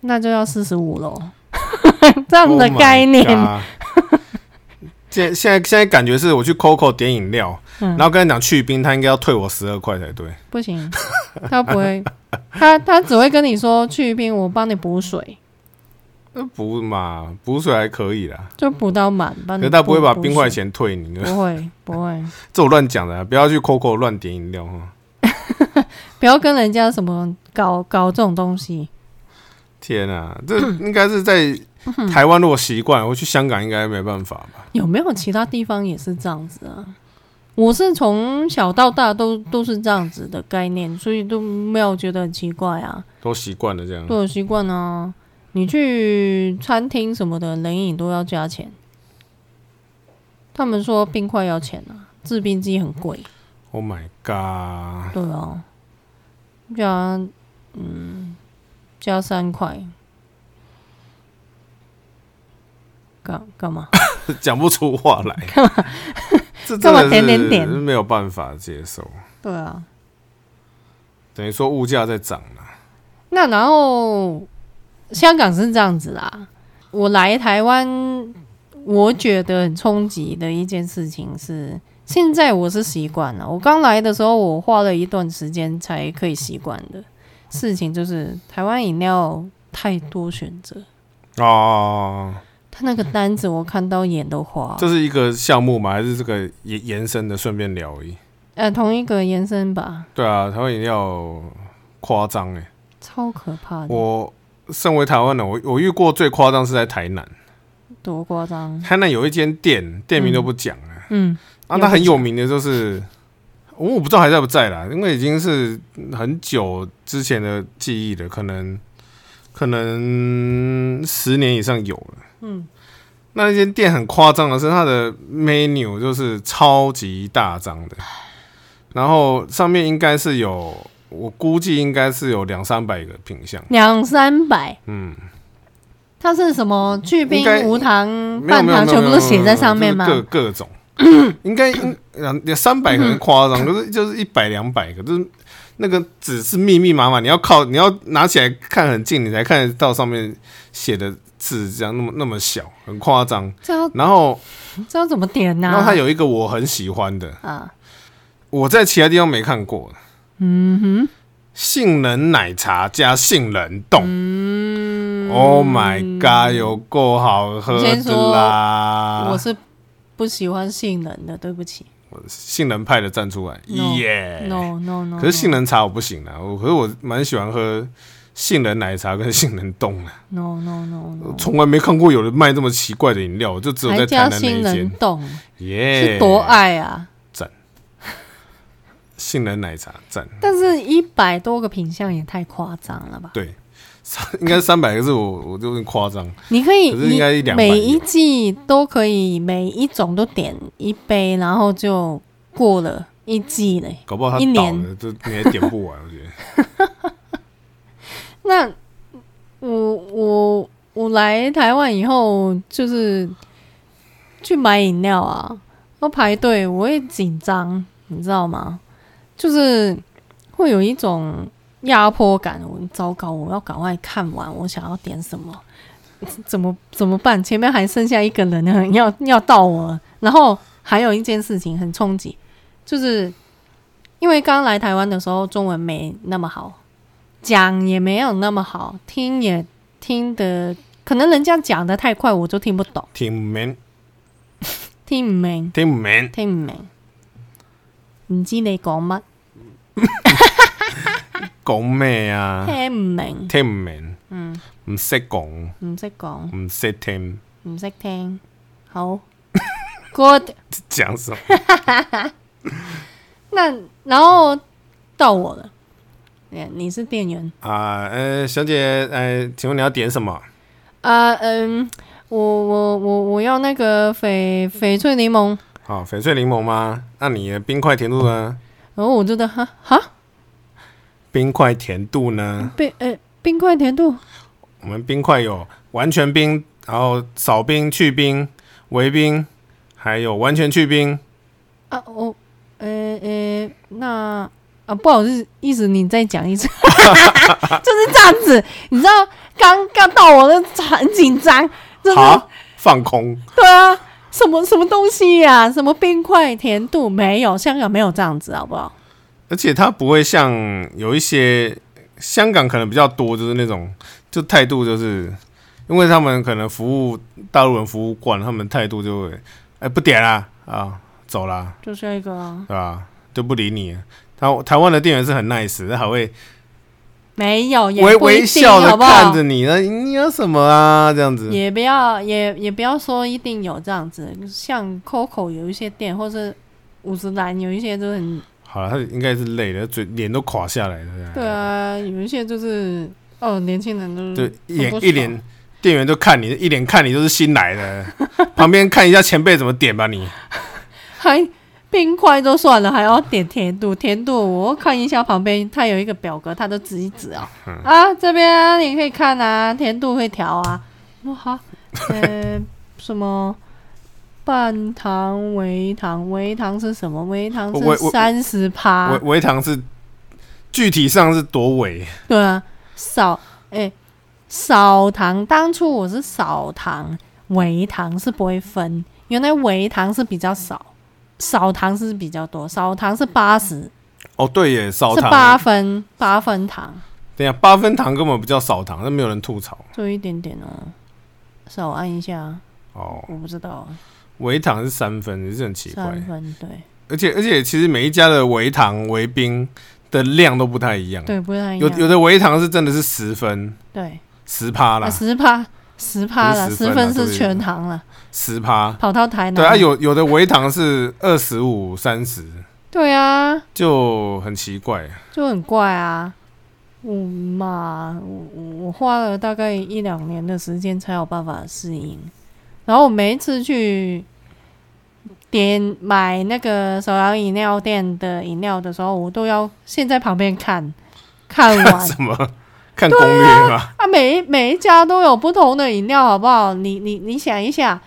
S2: 那就要四十五喽，
S1: (laughs)
S2: (laughs) 这样的概念。
S1: Oh my god。现现在现在感觉是我去 Coco 点饮料，
S2: 嗯
S1: 然后跟他讲去冰，他应该要退我十二块才对。
S2: 不行，他不会，他他只会跟你说去冰，我帮你补水，
S1: 那补嘛，补水还可以啦，
S2: 就补到满，帮
S1: 可
S2: 你。
S1: 是他不会把冰块。钱退你，
S2: 不会不会，
S1: 这我乱讲的啊，不要去 Coco 乱点饮料哈。
S2: 不要跟人家什么搞搞这种东西。
S1: 天啊，
S2: (coughs)
S1: 这应该是在
S2: 嗯
S1: 台湾如果习惯，我去香港应该没办法吧？
S2: 有没有其他地方也是这样子啊？我是从小到大都都是这样子的概念，所以都没有觉得很奇怪啊。
S1: 都习惯了这样。
S2: 都有习惯啊。你去餐厅什么的，冷饮都要加钱。他们说冰块要钱啊，制冰机很贵。
S1: Oh my god！
S2: 对啊，加嗯加三块，干干嘛？
S1: (laughs) 讲不出话
S2: (laughs)
S1: 来， (laughs) 这
S2: 干嘛
S1: 真的是
S2: 点点点
S1: 没有办法接受，
S2: 对啊，
S1: 等于说物价在涨了。
S2: 那然后香港是这样子啦，我来台湾，我觉得很冲击的一件事情是，现在我是习惯了。我刚来的时候，我花了一段时间才可以习惯的事情，就是台湾饮料太多选择，
S1: 哦，
S2: 他那个单子我看到眼都花。
S1: 这是一个项目吗？还是这个延延伸的？顺便聊而已。
S2: 呃，同一个延伸吧，
S1: 对啊，台湾饮料夸张哎，
S2: 超可怕的，
S1: 我身为台湾人，我我遇过最夸张是在台南，
S2: 多夸张！
S1: 台南有一间店，店名都不讲了、
S2: 嗯，
S1: 啊，它很有名的就是，我我不知道还在不在啦，因为已经是很久之前的记忆了，可能可能十年以上有了。
S2: 嗯，
S1: 那间店很夸张的是，它的 menu 就是超级大张的，然后上面应该是有，我估计应该是有两三百个品相。
S2: 两三百，
S1: 嗯，
S2: 它是什么去冰
S1: 应该、
S2: 无糖、
S1: 没有
S2: 半
S1: 没有
S2: 糖
S1: 没有
S2: 全部
S1: 没有
S2: 都写在上面吗？
S1: 就是各各
S2: (coughs)
S1: 种，应该应两两三百可能夸张，可是就是一百两百个，就是那个纸是密密麻麻，你要靠你要拿起来看很近，你才看得到上面写的字，这样那么那么小，很夸张。
S2: 这要
S1: 然后
S2: 这要怎么点啊呢、
S1: 然后它有一个我很喜欢的，
S2: 啊，
S1: 我在其他地方没看过的，
S2: 嗯
S1: 杏仁奶茶加杏仁冻。Oh my god，有够好喝
S2: 嗯先
S1: 的
S2: 说
S1: 啦！
S2: 哼，我是不喜欢杏仁的，对不起。
S1: 杏仁派的站出来，
S2: No，
S1: 耶、
S2: No No No，
S1: 哎可是杏
S2: 仁
S1: 仁茶我不行啦，我可是我蛮喜欢喝杏仁奶茶跟杏仁冻的，
S2: No No No No，
S1: (laughs) 我从来没看过有人卖这么奇怪的饮料，就只有
S2: 还
S1: 在
S2: 加
S1: 台南那
S2: 杏
S1: 一
S2: 仁
S1: 间。哎
S2: 冻，
S1: 耶、
S2: 是多爱啊！
S1: 杏仁奶茶赞，
S2: 但是一百多个品相也太夸张了吧？
S1: 对，三 (laughs) 应该三百个字我我就有点夸张，
S2: 你可以，
S1: 可是应该一两
S2: 你
S1: 百有
S2: 每一季都可以，每一种都点一杯，然后就过了一季嘞。
S1: 搞不好他
S2: 一
S1: 倒
S2: 年
S1: 了就你也点不完，我觉得。 (laughs)
S2: 那我我我来台湾以后，就是去买饮料啊，要排队，我会紧张，你知道吗？就是会有一种压迫感，我糟糕，我要赶快看完，我想要点什么，怎么怎么办？前面还剩下一个人呢，要要到我了，然后还有一件事情很冲击，就是因为刚来台湾的时候，中文没那么好。讲也没有那么好，听也听的，可能人家讲的太快，我就听不懂，
S1: 听不明，
S2: 听唔明，
S1: 听不明，
S2: 听唔明，唔知你讲乜，
S1: 讲咩啊？
S2: 聽唔明，
S1: 听不明，
S2: 嗯，
S1: 唔识讲，
S2: 唔識講，
S1: 唔识听，
S2: 唔識聽，好 (laughs) ，good，
S1: 讲什么？
S2: 那然后到我了，你你是店员，
S1: 啊，呃，小姐，呃，请问你要点什么？
S2: 啊、嗯，我我我我要那个翡翡翠柠檬，
S1: 好、翡翠柠檬吗？那你的冰块甜度呢？
S2: 然后我就在哈哈，
S1: 冰块甜度呢？
S2: 冰呃冰块甜度，
S1: 我们冰块有完全冰，然后少冰、去冰、微冰，还有完全去冰。
S2: 啊，我，呃呃，那啊，不好意思，意思你再讲一 (laughs) 次，就是这样子。你知道，刚刚到我的很紧张，真的，
S1: 好，放空。
S2: 对啊，什么什么东西呀、什么冰块甜度没有，香港没有这样子，好不好？
S1: 而且它不会像有一些香港可能比较多，就是那种就态度就是，因为他们可能服务大陆人服务惯了，他们态度就会，哎、不点啦，啊，走啦。
S2: 就是一个啊
S1: 对吧？就不理你了。他台湾的店员是很 nice，他还会
S2: 没有，也
S1: 微
S2: 不一
S1: 微
S2: 定
S1: 笑的
S2: 好不好
S1: 看着你，那你要什么啊？这样子，
S2: 也不要，也也不要说一定有这样子，像 Coco 有一些店，或是五十岚有一些都很
S1: 好了，他应该是累了，嘴脸都垮下来了。
S2: 对啊，有一些就是哦，年轻人都
S1: 对，
S2: 是
S1: 一脸
S2: 很不
S1: 一
S2: 爽
S1: 脸，店员就看你，一脸看你就是新来
S2: (laughs)
S1: 的，旁边看一下前辈怎么点吧你。
S2: 还冰块都算了，还要点甜度，甜度我看一下旁边，它有一个表格，它都指一指啊、
S1: 嗯
S2: 啊，这边你可以看啊，甜度会调啊。我说好， (laughs) 呃，什么半糖、微糖、微糖是什么？微糖
S1: 我
S2: 是
S1: 我
S2: 三十
S1: 维
S2: 趴，
S1: 维糖是具体上是多维，
S2: 对啊，少哎、少糖。当初我是少糖，微糖是不会分，原来微糖是比较少，少糖是比较多，少糖是八十，
S1: 哦对耶，少
S2: 是
S1: 糖。
S2: 八分八分糖，
S1: 等一下八分糖根本不叫少糖，那没有人吐槽。
S2: 就一点点哦，少按一下，
S1: 哦，
S2: 我不知道
S1: 维糖是三分，也是很奇怪嗯
S2: 三。分对
S1: 而且而且，其实每一家的维糖、维冰的量都不太一样。
S2: 对不太一
S1: 有
S2: 样，
S1: 有的维糖是真的是十分，
S2: 对啊
S1: 十趴啦，
S2: 十趴十趴了，
S1: 不是
S2: 十
S1: 10
S2: 分
S1: 分
S2: 是
S1: 啦
S2: 全糖了，
S1: 十趴。
S2: 跑到台南
S1: 对啊，有有的维糖是二十五、三十，
S2: 对啊，
S1: 就很奇怪。
S2: 就很怪啊。我嘛，我我我花了大概一两年的时间才有办法适应。然后我每一次去点买那个手摇饮料店的饮料的时候，我都要先在旁边看，看完
S1: 什么？看攻略吗？
S2: 啊，每一每一家都有不同的饮料，好不好？你你你想一想，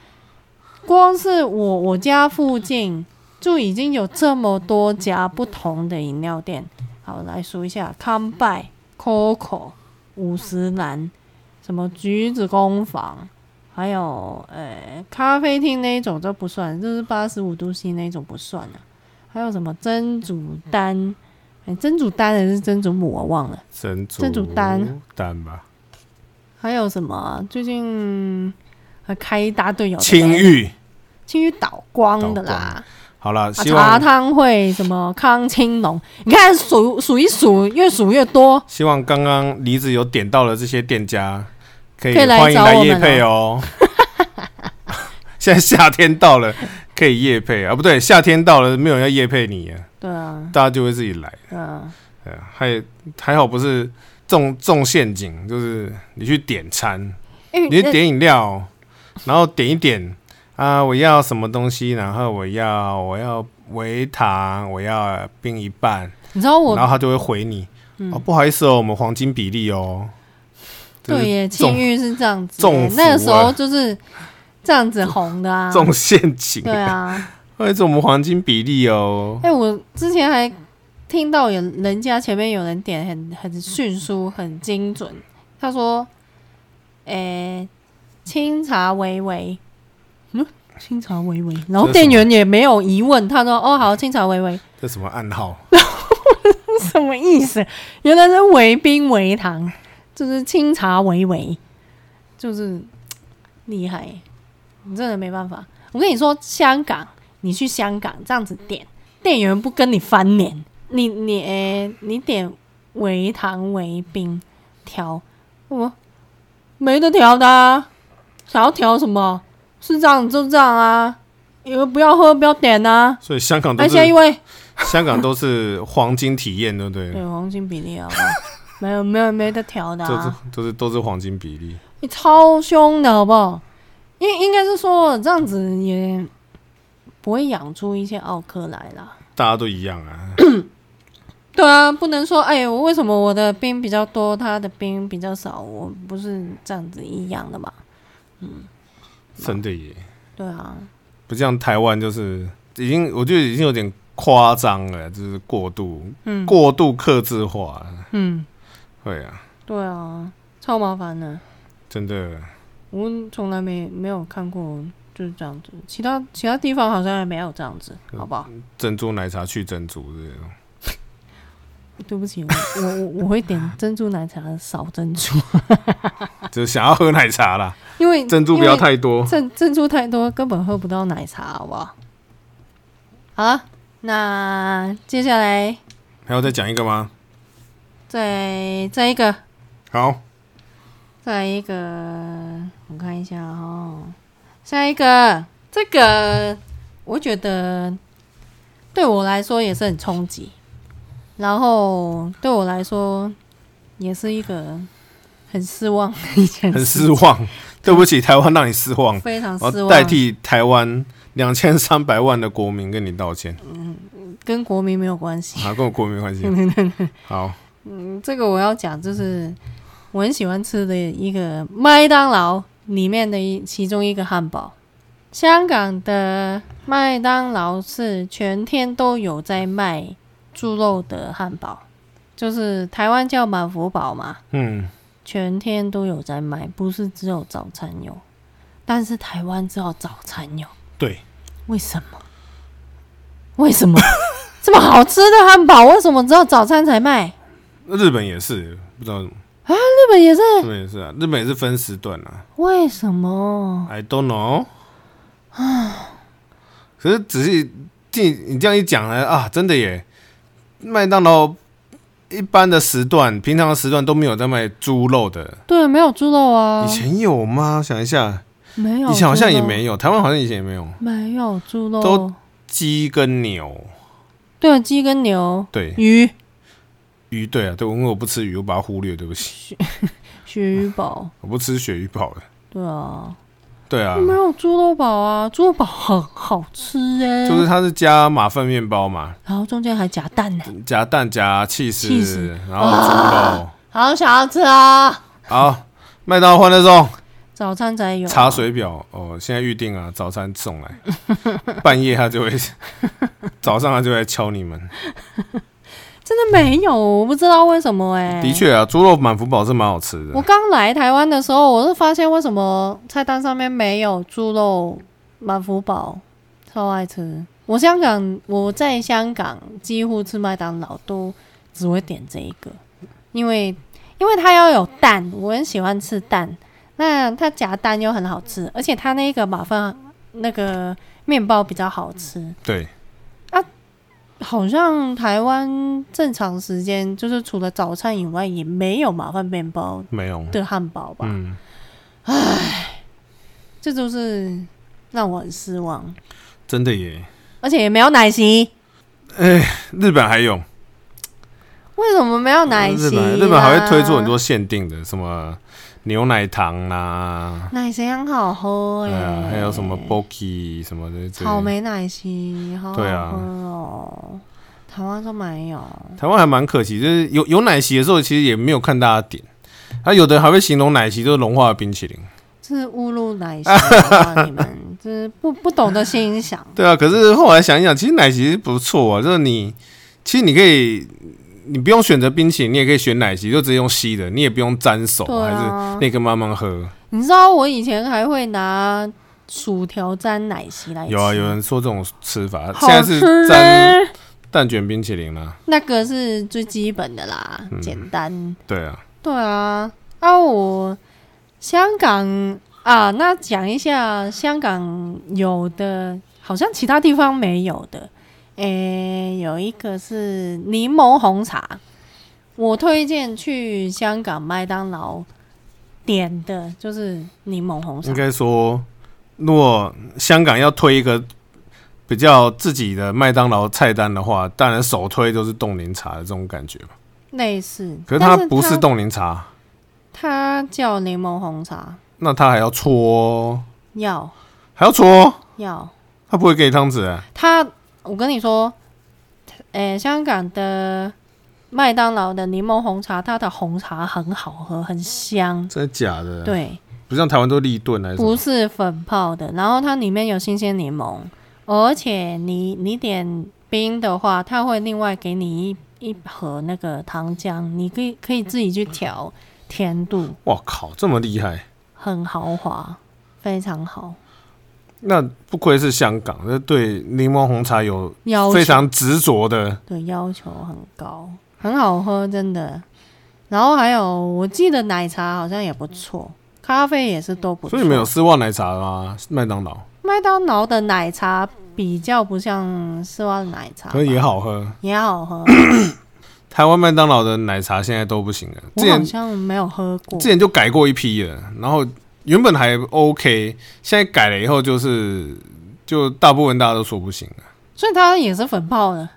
S2: 光是我我家附近就已经有这么多家不同的饮料店。好，来数一下康拜、Coco、五十岚，什么橘子工坊，还有呃咖啡厅那一种这不算，就是八十五度 C 那一种不算啊。还有什么真祖丹？哎，真祖丹还是真祖母我忘了。
S1: 珍珠
S2: 珍珠丹
S1: 丹吧，
S2: 还有什么啊？最近还开一大队有的
S1: 青玉。
S2: 青玉倒光的啦，
S1: 好了，
S2: 啊
S1: 希
S2: 茶
S1: 望
S2: 汤会什么康青龙，你看数数一数，越数越多。
S1: 希望刚刚梨子有点到了这些店家，可以
S2: 可以来
S1: 欢迎
S2: 找
S1: 来
S2: 我
S1: 夜
S2: 们
S1: 配
S2: (laughs)
S1: 哦。现在夏天到了，可以夜配啊，不对，夏天到了没有人要夜配你啊，
S2: 对啊，
S1: 大家就会自己来。
S2: 对啊，
S1: 对啊，还还好不是中中陷阱，就是你去点
S2: (laughs)
S1: 餐，
S2: 因
S1: 你
S2: 为
S1: 去点饮料，然后点一点啊，我要什么东西，然后我要我要维糖，我要冰一半，
S2: 你知道我嗯
S1: 然后他就会回你、哦，不好意思哦，我们黄金比例哦。就是
S2: 对耶，
S1: 中
S2: 青玉是这样子耶
S1: 中，伏啊
S2: 那个时候就是这样子红的啊。
S1: 中陷阱，哎
S2: 对啊，
S1: 不好意思，我们黄金比例哦。
S2: 哎，我之前还听到有人家前面有人点很很迅速、很精准，他说：“诶、清茶微微，嗯，清茶微微。”然后
S1: 这是什么
S2: 店员也没有疑问，他说：“哦，好，清茶微微，
S1: 这什么暗号？
S2: (laughs) 什么意思？原来是微冰微糖，就是清茶微微，就是嘖厉害，你真的没办法。我跟你说，香港，你去香港这样子点，店员不跟你翻脸，你你、诶你点微糖微冰调，我没得调的、啊，想要调什么？是这样就这样啊，你们不要喝，不要点啊。
S1: 所以香港都
S2: 来下一
S1: 是
S2: 位。
S1: 香港都是黄金体验，对不对？
S2: 对，黄金比例啊， (laughs) 没有没有没得调的、
S1: 就是
S2: 啊，
S1: 就是都是黄金比例。
S2: 你超凶的好不好？应应该是说这样子也不会养出一些奥克来啦。
S1: 大家都一样啊，
S2: 对啊，不能说哎，我为什么我的冰比较多，他的冰比较少，我不是这样子一样的嘛？
S1: 真的耶，
S2: 对啊，
S1: 不像台湾就是已经，我觉得已经有点夸张了，就是过度，
S2: 嗯
S1: 过度克制化了，
S2: 嗯，
S1: 对啊，
S2: 对啊，超麻烦的。
S1: 真的
S2: 我从来没没有看过就是这样子，其他其他地方好像还没有这样子，好不好？
S1: 珍珠奶茶去珍珠这种，
S2: 对不起，我我我我会点珍珠奶茶少珍珠。
S1: 就是想要喝奶茶啦，
S2: 嗯因为
S1: 珍珠不要太多。
S2: (laughs) 珍珍珠太多，根本喝不到奶茶，好不好？好了，那接下来
S1: 还要再讲一个吗？
S2: 再再一个
S1: 好，
S2: 再一个，我看一下哦，下一个这个，我觉得对我来说也是很冲击，然后对我来说也是一个很失望的一件
S1: 很
S2: 事，
S1: 失望，对不起，台湾让你失望，
S2: (laughs) 非常
S1: 我
S2: 失望。
S1: 代替台湾两千三百万的国民跟你道歉，
S2: 跟国民没有关系。
S1: 啊，跟我国民没
S2: (laughs)
S1: 关系。好，
S2: 嗯，这个我要讲，就是我很喜欢吃的一个麦当劳里面的一其中一个汉堡。香港的麦当劳是全天都有在卖猪肉的汉堡，就是台湾叫满福堡嘛，
S1: 嗯，
S2: 全天都有在卖，不是只有早餐有，但是台湾只有早餐有，
S1: 对，
S2: 为什么？为什么 (laughs) 这么好吃的汉堡，为什么只有早餐才卖？
S1: 日本也是，不知道日
S2: 日本也是，
S1: 本也是啊，日本也是分时段啊
S2: 为什么？
S1: ，I don't know，可是仔细听你这样一讲呢，啊，真的耶，麦当劳一般的时段，平常的时段都没有在卖猪肉的。
S2: 对，没有猪肉啊
S1: 以，前有吗？想一下，
S2: 没有，
S1: 以前好像也，没有，台湾好像以前也没有
S2: 没有猪肉，
S1: 都鸡跟牛，
S2: 对，鸡跟牛、
S1: 对
S2: 鱼、
S1: 鱼，对啊，对，因为我不吃鱼，我把它忽略，对不起，
S2: 鳕鱼堡，
S1: 我不吃鳕鱼堡的。
S2: 对啊，
S1: 对啊，
S2: 没有猪肉堡啊，猪肉堡很好吃哎、
S1: 就是它是加马粪面包嘛，
S2: 然后中间还夹蛋呢、
S1: 夹蛋夹气
S2: cheese
S1: 势，啊然后猪肉。
S2: 好想要吃啊！
S1: 好，麦当劳欢乐颂。
S2: 早餐才有啊
S1: 查水 (laughs) 表哦，现在预定啊，早餐送来， (laughs) 半夜他就会， (laughs) 早上他就会敲你们。
S2: 真的没有，我不知道为什么哎、
S1: 的，确啊，猪肉满福堡是蛮好吃
S2: 我
S1: 的，
S2: 刚来台湾的时候，我是发现为什么菜单上面没有猪肉满福堡，超爱吃。我香港，我在香港几乎吃麦当劳都只会点这一个，因为因为它要有蛋，我很喜欢吃蛋，那它夹蛋又很好吃，而且它那个马芬那个面包比较好吃。
S1: 对，
S2: 好像台湾正常时间就是除了早餐以外，也没有麻烦面包
S1: 没有，
S2: 的汉堡吧？
S1: 嗯，
S2: 这就是让我很失望，
S1: 真的耶。
S2: 而且也没有奶昔。
S1: 日本还有，
S2: 为什么没有奶昔、啊
S1: 日本日本还会推出很多限定的，什么牛奶糖啦，
S2: 奶昔，很好喝
S1: 对
S2: 耶、
S1: 啊，还有什么 Boki 什么的，这
S2: 草莓奶昔，好好喝
S1: 对啊
S2: 哦。台湾都没有，
S1: 台湾还蛮可惜，就是有有奶昔的时候，其实也没有看大家点，他有的还会形容奶昔就是融化的冰淇淋。
S2: 这是侮辱奶昔，好不好你们这是不不懂得欣赏。
S1: 对啊，可是后来想一想，其实奶昔不错啊，就是你其实你可以，你不用选择冰淇淋，你也可以选奶昔，就直接用吸的，你也不用沾手，
S2: 对啊
S1: 还是那个慢慢喝。
S2: 你知道我以前还会拿薯条沾奶昔来吃，
S1: 有啊，有人说这种吃法，
S2: 好
S1: 现在
S2: 吃欸
S1: 是沾
S2: 嘞
S1: 蛋卷冰淇淋啦、啊
S2: 那个是最基本的啦，
S1: 嗯
S2: 简单。
S1: 对啊，
S2: 对啊，啊我香港啊，那讲一下香港有的，好像其他地方没有的。诶、有一个是柠檬红茶，我推荐去香港麦当劳点的就是柠檬红茶
S1: 应。该说，如果香港要推一个比较自己的麦当劳菜单的话，当然首推都是冻柠茶的这种感觉嘛。
S2: 类似，
S1: 可是它
S2: 但
S1: 不是冻柠茶，
S2: 它，它叫柠檬红茶，
S1: 那它还要搓，
S2: 要
S1: 还要搓，
S2: 要。
S1: 它不会给你汤匙、欸。
S2: 它，我跟你说，诶、香港的麦当劳的柠檬红茶，它的红茶很好喝，很香。
S1: 真的假的？，
S2: 对，
S1: 不像台湾都立顿来，
S2: 不是粉泡的，然后它里面有新鲜柠檬，而且你你点冰的话，它会另外给你一一盒那个糖浆，你可以可以自己去调甜度，
S1: 哇靠，这么厉害！
S2: 很豪华，非常好。
S1: 那不愧是香港，这对柠檬红茶有
S2: 要
S1: 非
S2: 求
S1: 常执着的。
S2: 对，要求很高，很好喝，真的。然后还有，我记得奶茶好像也不错，咖啡也是都不错。
S1: 所以没有丝袜奶茶吗？麦当劳，
S2: 麦当劳的奶茶比较不像丝袜奶茶吧，
S1: 可是也好喝。
S2: 也
S1: (coughs)
S2: 好喝。
S1: 台湾麦当劳的奶茶现在都不行了，之
S2: 我好
S1: 前
S2: 像没有喝过
S1: 之。前就改过一批了，然后原本还 OK，现在改了以后就是就大部分大家都说不行了。
S2: 所以它也是粉泡的。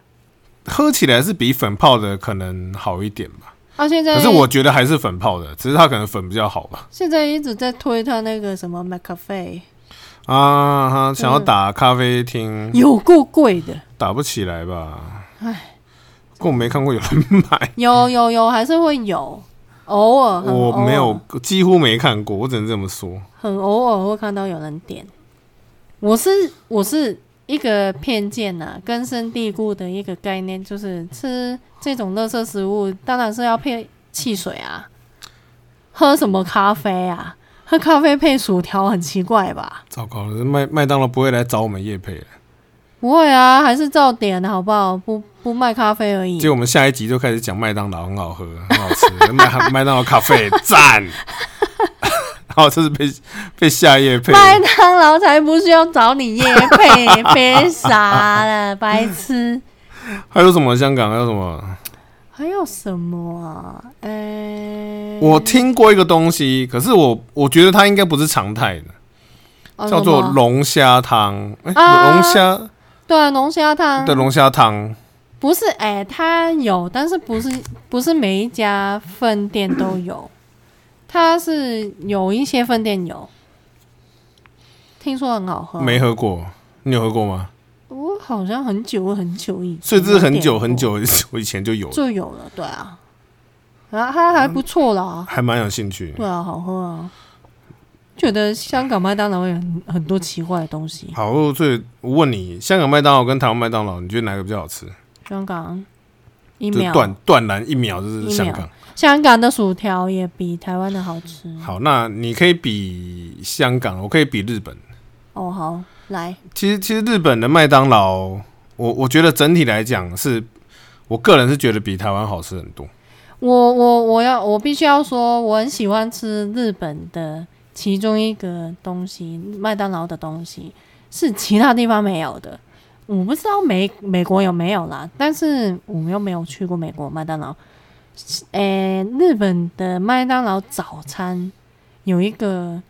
S1: 喝起来是比粉泡的可能好一点吧，
S2: 啊，现在
S1: 可是我觉得还是粉泡的，只是它可能粉比较好吧。
S2: 现在一直在推它那个什么麦咖啡，
S1: 啊，哈想要打咖啡厅，
S2: 有够贵的。
S1: 打不起来吧？唉，我没看过有人
S2: (laughs)
S1: 买，
S2: 有有有，还是会有，偶尔很
S1: 我
S2: 偶尔
S1: 没有，几乎没看过，我只能这么说。
S2: 很偶尔会看到有人点。我是我是一个偏见呐、根深蒂固的一个概念，就是吃这种垃圾食物，当然是要配汽水啊，喝什么咖啡啊，喝咖啡配薯条很奇怪吧？
S1: 糟糕了，麦麦当劳不会来找我们叶配了，
S2: 不会啊，还是照点好不好？不不卖咖啡而已
S1: 结。果我们下一集就开始 (laughs) 讲麦当劳很好喝，很好吃，麦麦当劳咖啡赞。 (laughs) 然后这是被被下夜配，
S2: 麦当劳才不需要找
S1: (laughs)
S2: 你夜配，别傻了，白痴。
S1: 还有什么香港还有什
S2: 嗯
S1: 么？
S2: 还有什么啊？呃、
S1: 我听过一个东西，可是我我觉得它应该不是常态的，
S2: 哦
S1: 叫做
S2: 什么
S1: 龙虾汤。哎、
S2: 啊
S1: 龙虾
S2: 对啊龙虾汤
S1: 的龙虾汤，
S2: 不是哎、它有，但是不是不是每一家分店都有，它是有一些分店有，听说很好喝。
S1: 没喝过，你有喝过吗？
S2: 我好像很久很久以前，
S1: 所以这是很久很久我以前就有，
S2: 就有了，对啊，然后它还不错啦，
S1: 还蛮有兴趣。
S2: 对啊，好喝啊。觉得香港麦当劳有很很多奇怪的东西。
S1: 好，所以我问你，香港麦当劳跟台湾麦当劳，你觉得哪个比较好吃？
S2: 香港一
S1: 就
S2: 秒，
S1: 断断然一秒就是
S2: 一
S1: 香
S2: 秒
S1: 港。
S2: 香港的薯条也比台湾的好吃。
S1: 好，那你可以比香港，我可以比日本。
S2: 哦，好，来，
S1: 其实其实日本的麦当劳，我我觉得整体来讲是，我个人是觉得比台湾好吃很多。
S2: 我我我要我必须要说，我很喜欢吃日本的其中一个东西，麦当劳的东西是其他地方没有的。我不知道美美国有没有啦，但是我们又没有去过美国麦当劳。诶、日本的麦当劳早餐有一个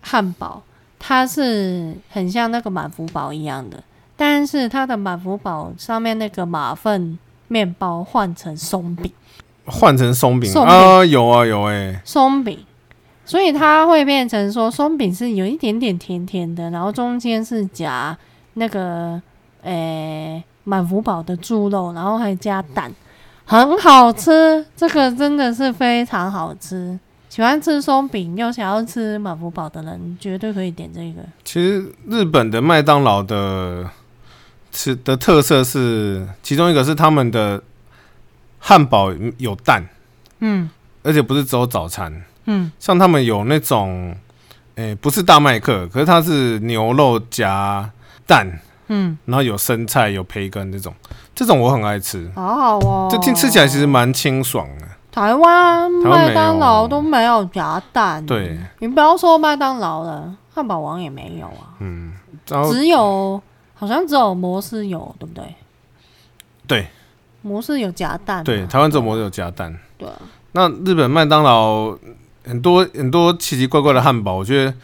S2: 汉堡，它是很像那个满福堡一样的，但是它的满福堡上面那个马粪面包换成松饼。
S1: 换成松饼
S2: 松饼
S1: 啊，有啊有哎、
S2: 松饼，所以它会变成说松饼是有一点点甜甜的，然后中间是夹那个诶满福堡的猪肉，然后还加蛋，很好吃。这个真的是非常好吃。喜欢吃松饼又想要吃满福堡的人，绝对可以点这个。
S1: 其实日本的麦当劳的吃的特色是，其中一个是他们的汉堡有蛋，
S2: 嗯
S1: 而且不是只有早餐，
S2: 嗯，
S1: 像他们有那种，诶、不是大麦克，可是它是牛肉夹蛋，
S2: 嗯，
S1: 然后有生菜有培根这种，这种我很爱吃，
S2: 好好哦。
S1: 这听吃起来其实蛮清爽的。
S2: 台湾
S1: 台湾没有
S2: 哦麦当劳都没有夹蛋，
S1: 对，
S2: 你不要说麦当劳了，汉堡王也没有啊。
S1: 然后
S2: 只有好像只有摩斯有，对不对？
S1: 对
S2: 摩斯有夹蛋嘛，
S1: 对，台湾这模有加蛋。
S2: 对啊，
S1: 那日本麦当劳很多很多奇奇怪怪的汉堡，我觉得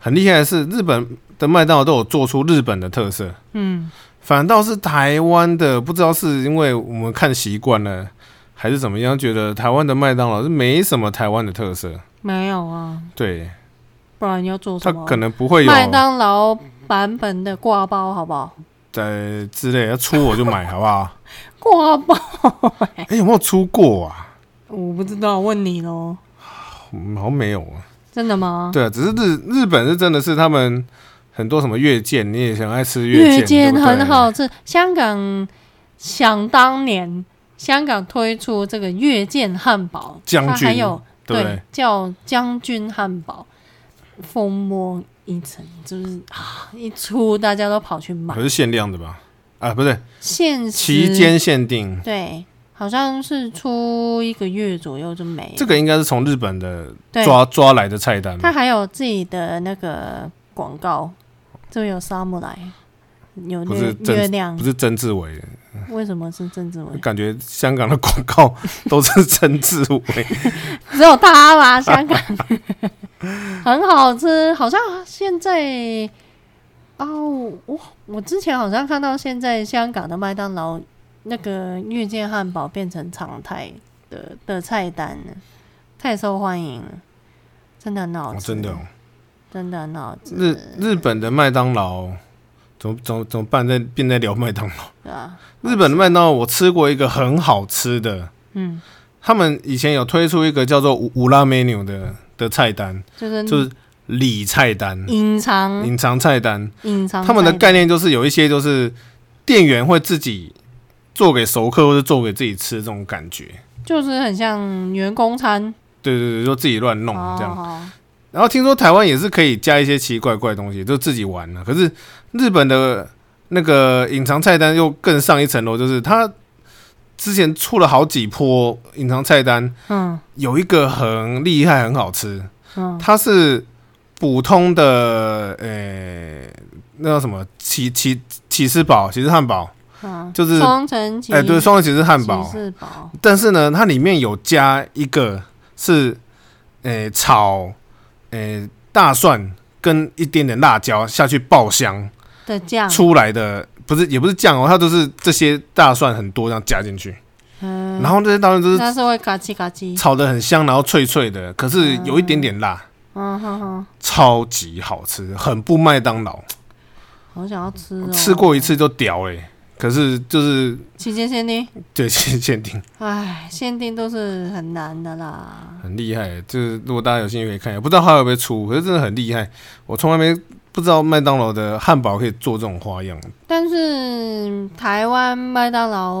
S1: 很厉害的是，日本的麦当劳都有做出日本的特色，
S2: 嗯，
S1: 反倒是台湾的，不知道是因为我们看习惯了，还是怎么样，觉得台湾的麦当劳是没什么台湾的特色，
S2: 没有啊，
S1: 对，
S2: 不然要做
S1: 它
S2: 什么？
S1: 可能不会有
S2: 麦当劳版本的挂包，好不好？
S1: 呃之类，要出我就买，好不
S2: (laughs)
S1: 好？(laughs)
S2: 挂包，
S1: 哎、有没有出过啊？
S2: 我不知道，问你喽。
S1: 嗯好像没有啊。
S2: 真的吗？
S1: 对啊，只是日日本是真的是他们很多什么月见，你也很爱吃
S2: 月
S1: 见，
S2: 见
S1: 对不对
S2: 很。好吃，香港想当年，香港推出这个月见汉堡，
S1: 将
S2: 它还
S1: 军
S2: 有
S1: 对不对
S2: 叫将军汉堡，风魔一层，就是啊，一出大家都跑去买
S1: 可。是限量的吧？啊，不对，
S2: 限时
S1: 期间限定，
S2: 对，好像是出一个月左右就没了。
S1: 这个应该是从日本的
S2: 对，
S1: 抓抓来的菜单
S2: 他
S1: 吧。
S2: 还有自己的那个广告，就有沙姆来，有
S1: 不
S2: 月
S1: 是政
S2: 月亮
S1: 不，是曾志伟，
S2: 为什么是郑志伟？
S1: 感觉香港的广告 (laughs) 都是曾志伟。
S2: 只有他吧，香港 (laughs) 很好吃，好像现在哦，我我之前好像看到现在香港的麦当劳那个月见汉堡变成常态的的菜单了，太受欢迎了，真的很好
S1: 哦
S2: 吃，
S1: 真的、哦，
S2: 真的很好吃，
S1: 日日本的麦当劳，怎么怎么怎么办？在变在聊麦当劳。
S2: 对啊，
S1: 日本的麦当劳，我吃过一个很好吃的，
S2: 嗯，
S1: 他们以前有推出一个叫做五五拉 menu 的的菜单，
S2: 就是
S1: 就是里菜单、
S2: 隐藏
S1: 隐藏菜单。
S2: 隐嗯藏
S1: 他们的
S2: 菜单
S1: 概念就是有一些就是店员会自己做给熟客或者做给自己吃的这种感觉。
S2: 就是很像员工餐，
S1: 对对对，就自己乱弄这样。
S2: 哦
S1: 然后听说台湾也是可以加一些奇奇怪怪的东西，就自己玩了、可是日本的那个隐藏菜单又更上一层楼，就是它之前出了好几波隐藏菜单，
S2: 嗯
S1: 有一个很厉害、很好吃，
S2: 嗯
S1: 它是普通的呃、那叫什么起起起司堡、起司汉堡，
S2: 嗯，
S1: 就是
S2: 双层起
S1: 哎、对，双层起司汉堡
S2: 起，士堡，
S1: 但是呢，它里面有加一个是诶、呃炒诶、呃大蒜跟一点点辣椒下去爆香
S2: 的酱，
S1: 出来的，不是也不是酱哦，它都是这些大蒜很多这样加进去，
S2: 嗯，
S1: 然后这些大蒜都是
S2: 它是会嘎叽嘎叽，
S1: 炒的很香，然后脆脆的，可是有一点点辣，
S2: 嗯哼哼，
S1: 超级好吃，很不麦当劳，
S2: 好想要吃哦，
S1: 吃过一次就屌哎、可是就是
S2: 期间限定，
S1: 对限限定
S2: 唉，限定都是很难的啦，
S1: 很厉害，就是如果大家有兴趣可以看一下，不知道还有没有出，可是真的很厉害，我从来没不知道麦当劳的汉堡可以做这种花样，
S2: 但是台湾麦当劳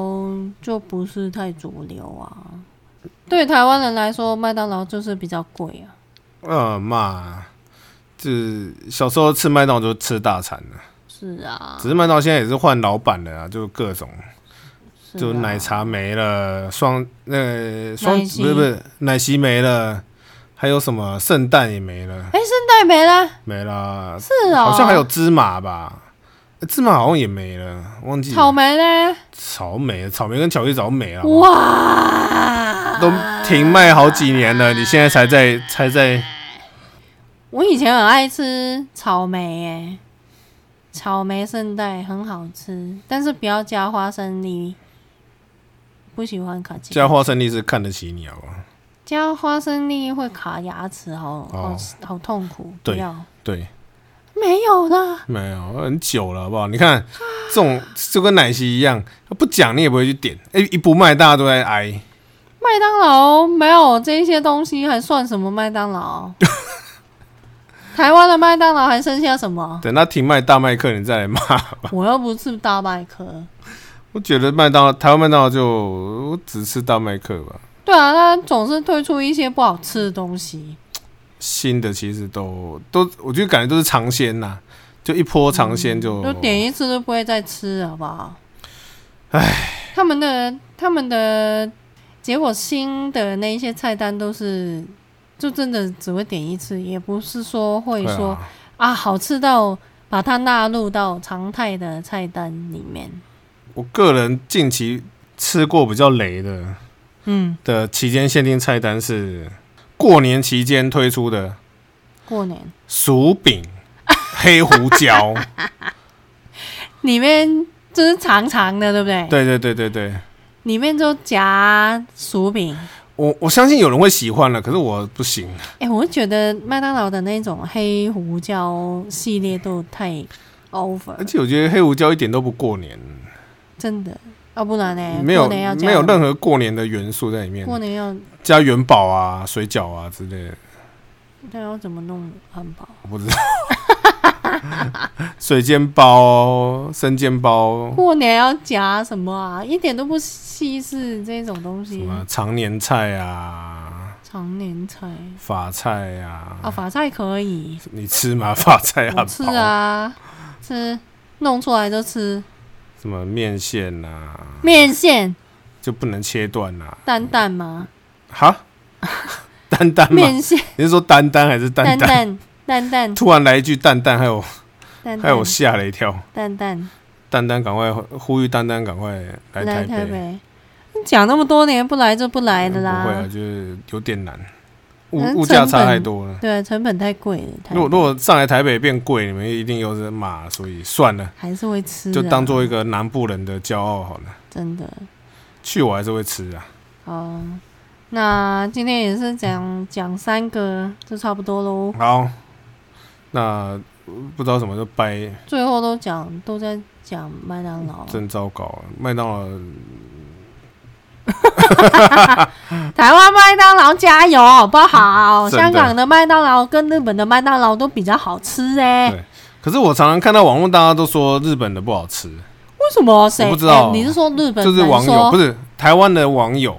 S2: 就不是太主流啊，对台湾人来说，麦当劳就是比较贵啊，
S1: 呃嘛，这小时候吃麦当劳就吃大餐了，
S2: 是啊，
S1: 只是麦当劳现在也是换老板了啊，就各种。
S2: 是
S1: 就
S2: 啊
S1: 奶茶没了，双那双
S2: 奶
S1: 不
S2: 昔
S1: 是不是奶昔没了，还有什么圣诞也没了，
S2: 带没了，
S1: 没了，
S2: 是哦，
S1: 好像还有芝麻吧，呃芝麻好像也没了，忘记了
S2: 草莓呢，
S1: 草莓，草莓跟巧克力早就没了，
S2: 哇，
S1: 都停卖好几年了，你现在才在才在
S2: 我以前很爱吃草莓、欸，草莓圣代很好吃，但是不要加花生粒，不喜欢卡其
S1: 加花生粒是看得起你啊好不好？
S2: 加花生粒会卡牙齿，好好
S1: 哦
S2: 好痛苦，不
S1: 对
S2: 要
S1: 对，
S2: 没有啦，
S1: 没有很久了好不好？你看这种就跟奶昔一样，不讲你也不会去点，哎、一不卖大家都在挨。
S2: 麦当劳没有这些东西还算什么麦
S1: (laughs)
S2: 当劳？台湾的麦当劳还剩下什么？
S1: 等他停卖大麦克，你再来骂。
S2: 我又不是大麦克。
S1: 我觉得麦当劳台湾麦当劳就我只吃大麦克吧，
S2: 对啊，他总是推出一些不好吃的东西。
S1: 新的其实都都，我就感觉都是尝鲜呐，就一波尝鲜就、
S2: 就点一次嗯都不会再吃，好不好？唉，他们的他们的结果新的那一些菜单都是，就真的只会点一次，也不是说会
S1: 对啊
S2: 说啊好吃到把它纳入到常态的菜单里面。
S1: 我个人近期吃过比较雷的
S2: 嗯，
S1: 的期间限定菜单是过年期间推出的
S2: 过年
S1: 薯
S2: (laughs)
S1: 饼、黑胡椒，
S2: 里面就是长长的，对不对？，
S1: 对对对对对，
S2: 里面就夹薯饼。
S1: 我我相信有人会喜欢了，可是我不行，
S2: 哎、我觉得麦当劳的那种黑胡椒系列都太 over，
S1: 而且我觉得黑胡椒一点都不过年。
S2: 真的，要、不然呢？
S1: 没有
S2: 哎过年要加
S1: 没有
S2: 什么
S1: 任何过年的元素在里面，
S2: 过年要
S1: 加元宝啊、水饺啊之类的，
S2: 那要怎么弄汉堡？
S1: 我不
S2: (laughs)
S1: 知道。水煎包、生煎包、
S2: 过年要夹什么啊？一点都不稀释这种东
S1: 什
S2: 西，
S1: 么常年菜啊、
S2: 常年菜
S1: 法菜啊，
S2: 啊，法菜可以，
S1: 你吃吗？法菜
S2: 我
S1: 汉
S2: 吃
S1: 堡、
S2: 啊，吃弄出来就吃，
S1: 什么面线啊，
S2: 面线
S1: 就不能切断啊。
S2: 蛋蛋吗？
S1: 哈， (laughs) 丹丹吗？
S2: 面线
S1: 你是说丹丹还是 (laughs) 蛋
S2: 蛋
S1: 蛋？
S2: 蛋蛋蛋
S1: 突然来一句蛋蛋，还有
S2: 蛋
S1: 还有
S2: 蛋
S1: 我吓了一跳。
S2: 蛋蛋
S1: 丹丹，赶快呼吁丹丹，赶快来
S2: 来
S1: 台
S2: 台北。你讲那么多年不来就不来的
S1: 不会啊，
S2: 啦，
S1: 就是有点难，物
S2: 嗯
S1: 物价
S2: 成
S1: 差
S2: 本
S1: 太多了。
S2: 对，成本太贵了，台
S1: 如果
S2: 北
S1: 如果上来台北变贵，你们一定又是骂，所以算了，
S2: 还是会吃啊，
S1: 就当做一个南部人的骄傲好了。
S2: 真的。
S1: 去我还是会吃啊，
S2: 好，那今天也是讲讲三个，就差不多喽。
S1: 好，那呃不知道什么就掰，
S2: 最后都讲都在讲麦当劳，
S1: 真糟糕啊！麦当劳
S2: 台湾麦当劳加油好不好？
S1: 真的
S2: 香港的麦当劳跟日本的麦当劳都比较好吃哎、
S1: 对可是我常常看到网络大家都说日本的不好吃，
S2: 为什么？谁？
S1: 我不知道
S2: 哎你是说日本？
S1: 就是网友不
S2: 是？
S1: 是台湾的网友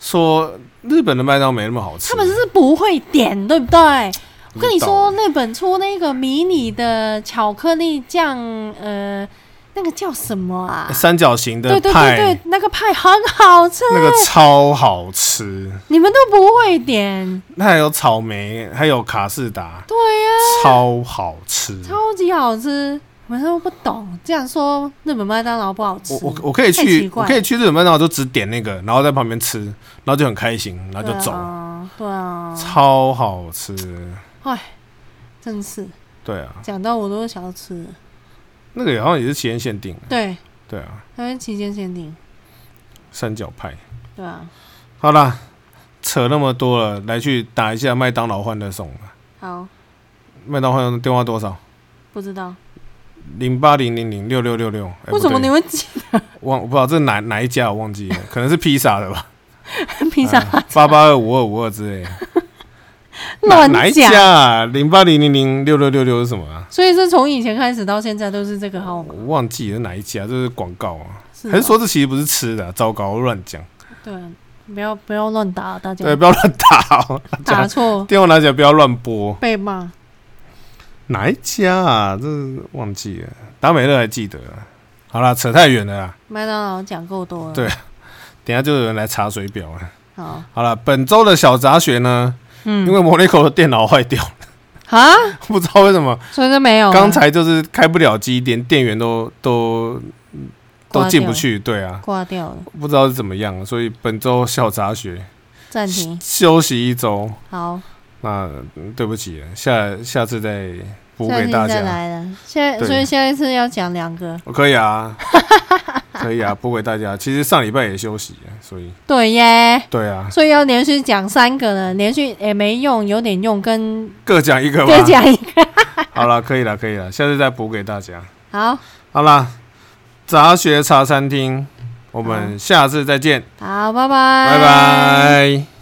S1: 说日本的麦当劳没那么好吃，
S2: 他们是不会点，对不对？
S1: 不知道
S2: 我跟你说，日本出那个迷你的巧克力酱，呃，那个个叫什么啊？
S1: 哎三角形的
S2: 对对
S1: 派，
S2: 对对，那个派很好吃，
S1: 那个超好吃。
S2: 你们都不会点，
S1: 那还有草莓，还有卡士达，
S2: 对呀、
S1: 超好吃。
S2: 超级好吃。我都不懂，这样说日本麦当劳不好吃
S1: 我，我我可以
S2: 太奇
S1: 去，
S2: 怪
S1: 我可以去日本麦当劳就只点那个，然后在旁边吃，然后就很开心，然后就走，
S2: 对啊，对啊，
S1: 超好吃。
S2: 真是
S1: 对啊，嗯
S2: 讲到我都想要吃了。
S1: 那个好像也是期间限定。
S2: 对，
S1: 对啊，
S2: 它是期间限定，
S1: 三角派。
S2: 对啊。
S1: 好啦，扯那么多了，来去打一下麦当劳欢乐颂吧。
S2: 好，
S1: 啊麦当劳欢乐电话多少？
S2: 不知道
S1: 零八零零零六六六六。哎
S2: 为什么
S1: 不
S2: 你
S1: 对
S2: 会记
S1: 忘？我不知道这是哪哪一家，我忘
S2: (laughs)
S1: 记了，可能是披萨的吧。啊
S2: 得披萨
S1: 八八二五二五二之类的。哪
S2: (laughs) 乱
S1: 哪一
S2: 讲？
S1: 家啊？零八零零零六六六六是什么啊？
S2: 所以是从以前开始到现在都是这个号码，
S1: 我忘记了哪一家，这是广告啊？
S2: 是哦吗
S1: 还是说这其实不是吃的啊、糟糕，乱讲。
S2: 对？啊不要不要乱打，大家
S1: 对，不要乱打哦，
S2: 打错
S1: 电话拿起来不要乱拨。
S2: 被骂。
S1: 哪一家啊？这是忘记了，达美乐还记得啊。好啦，扯太远了啊啦，
S2: 麦当劳讲够多了，
S1: 对等一下就有人来查水表了。
S2: 好，
S1: 好了，本周的小杂学呢，
S2: 嗯
S1: 因为 Monaco 的电脑坏掉了， (laughs)
S2: 啊，
S1: 不知道为什么
S2: 所以就没有了。
S1: 刚才就是开不了机，连电源都都
S2: 挂
S1: 都
S2: 掉
S1: 进不去，对啊，
S2: 挂掉了，
S1: 不知道是怎么样，啊所以本周小杂学
S2: 暂停。
S1: 休息一周。
S2: 好，
S1: 那嗯对不起，下下次再补
S2: 下
S1: 给
S2: 次
S1: 大家，
S2: 再来了。现在
S1: 对
S2: 所以下一次要讲两个，
S1: 我可以啊， (laughs) 可以啊，补给大家。其实上礼拜也休息，啊所以
S2: 对耶。
S1: 对啊，
S2: 所以要连续讲三个了，连续也没用，有点用，跟
S1: 各讲一个吧。
S2: 各讲一个。
S1: 好了，可以了，可以了，下次再补给大家。
S2: 好
S1: 好啦，杂学茶餐厅，我们下次再见，
S2: 好，拜拜，
S1: 拜拜。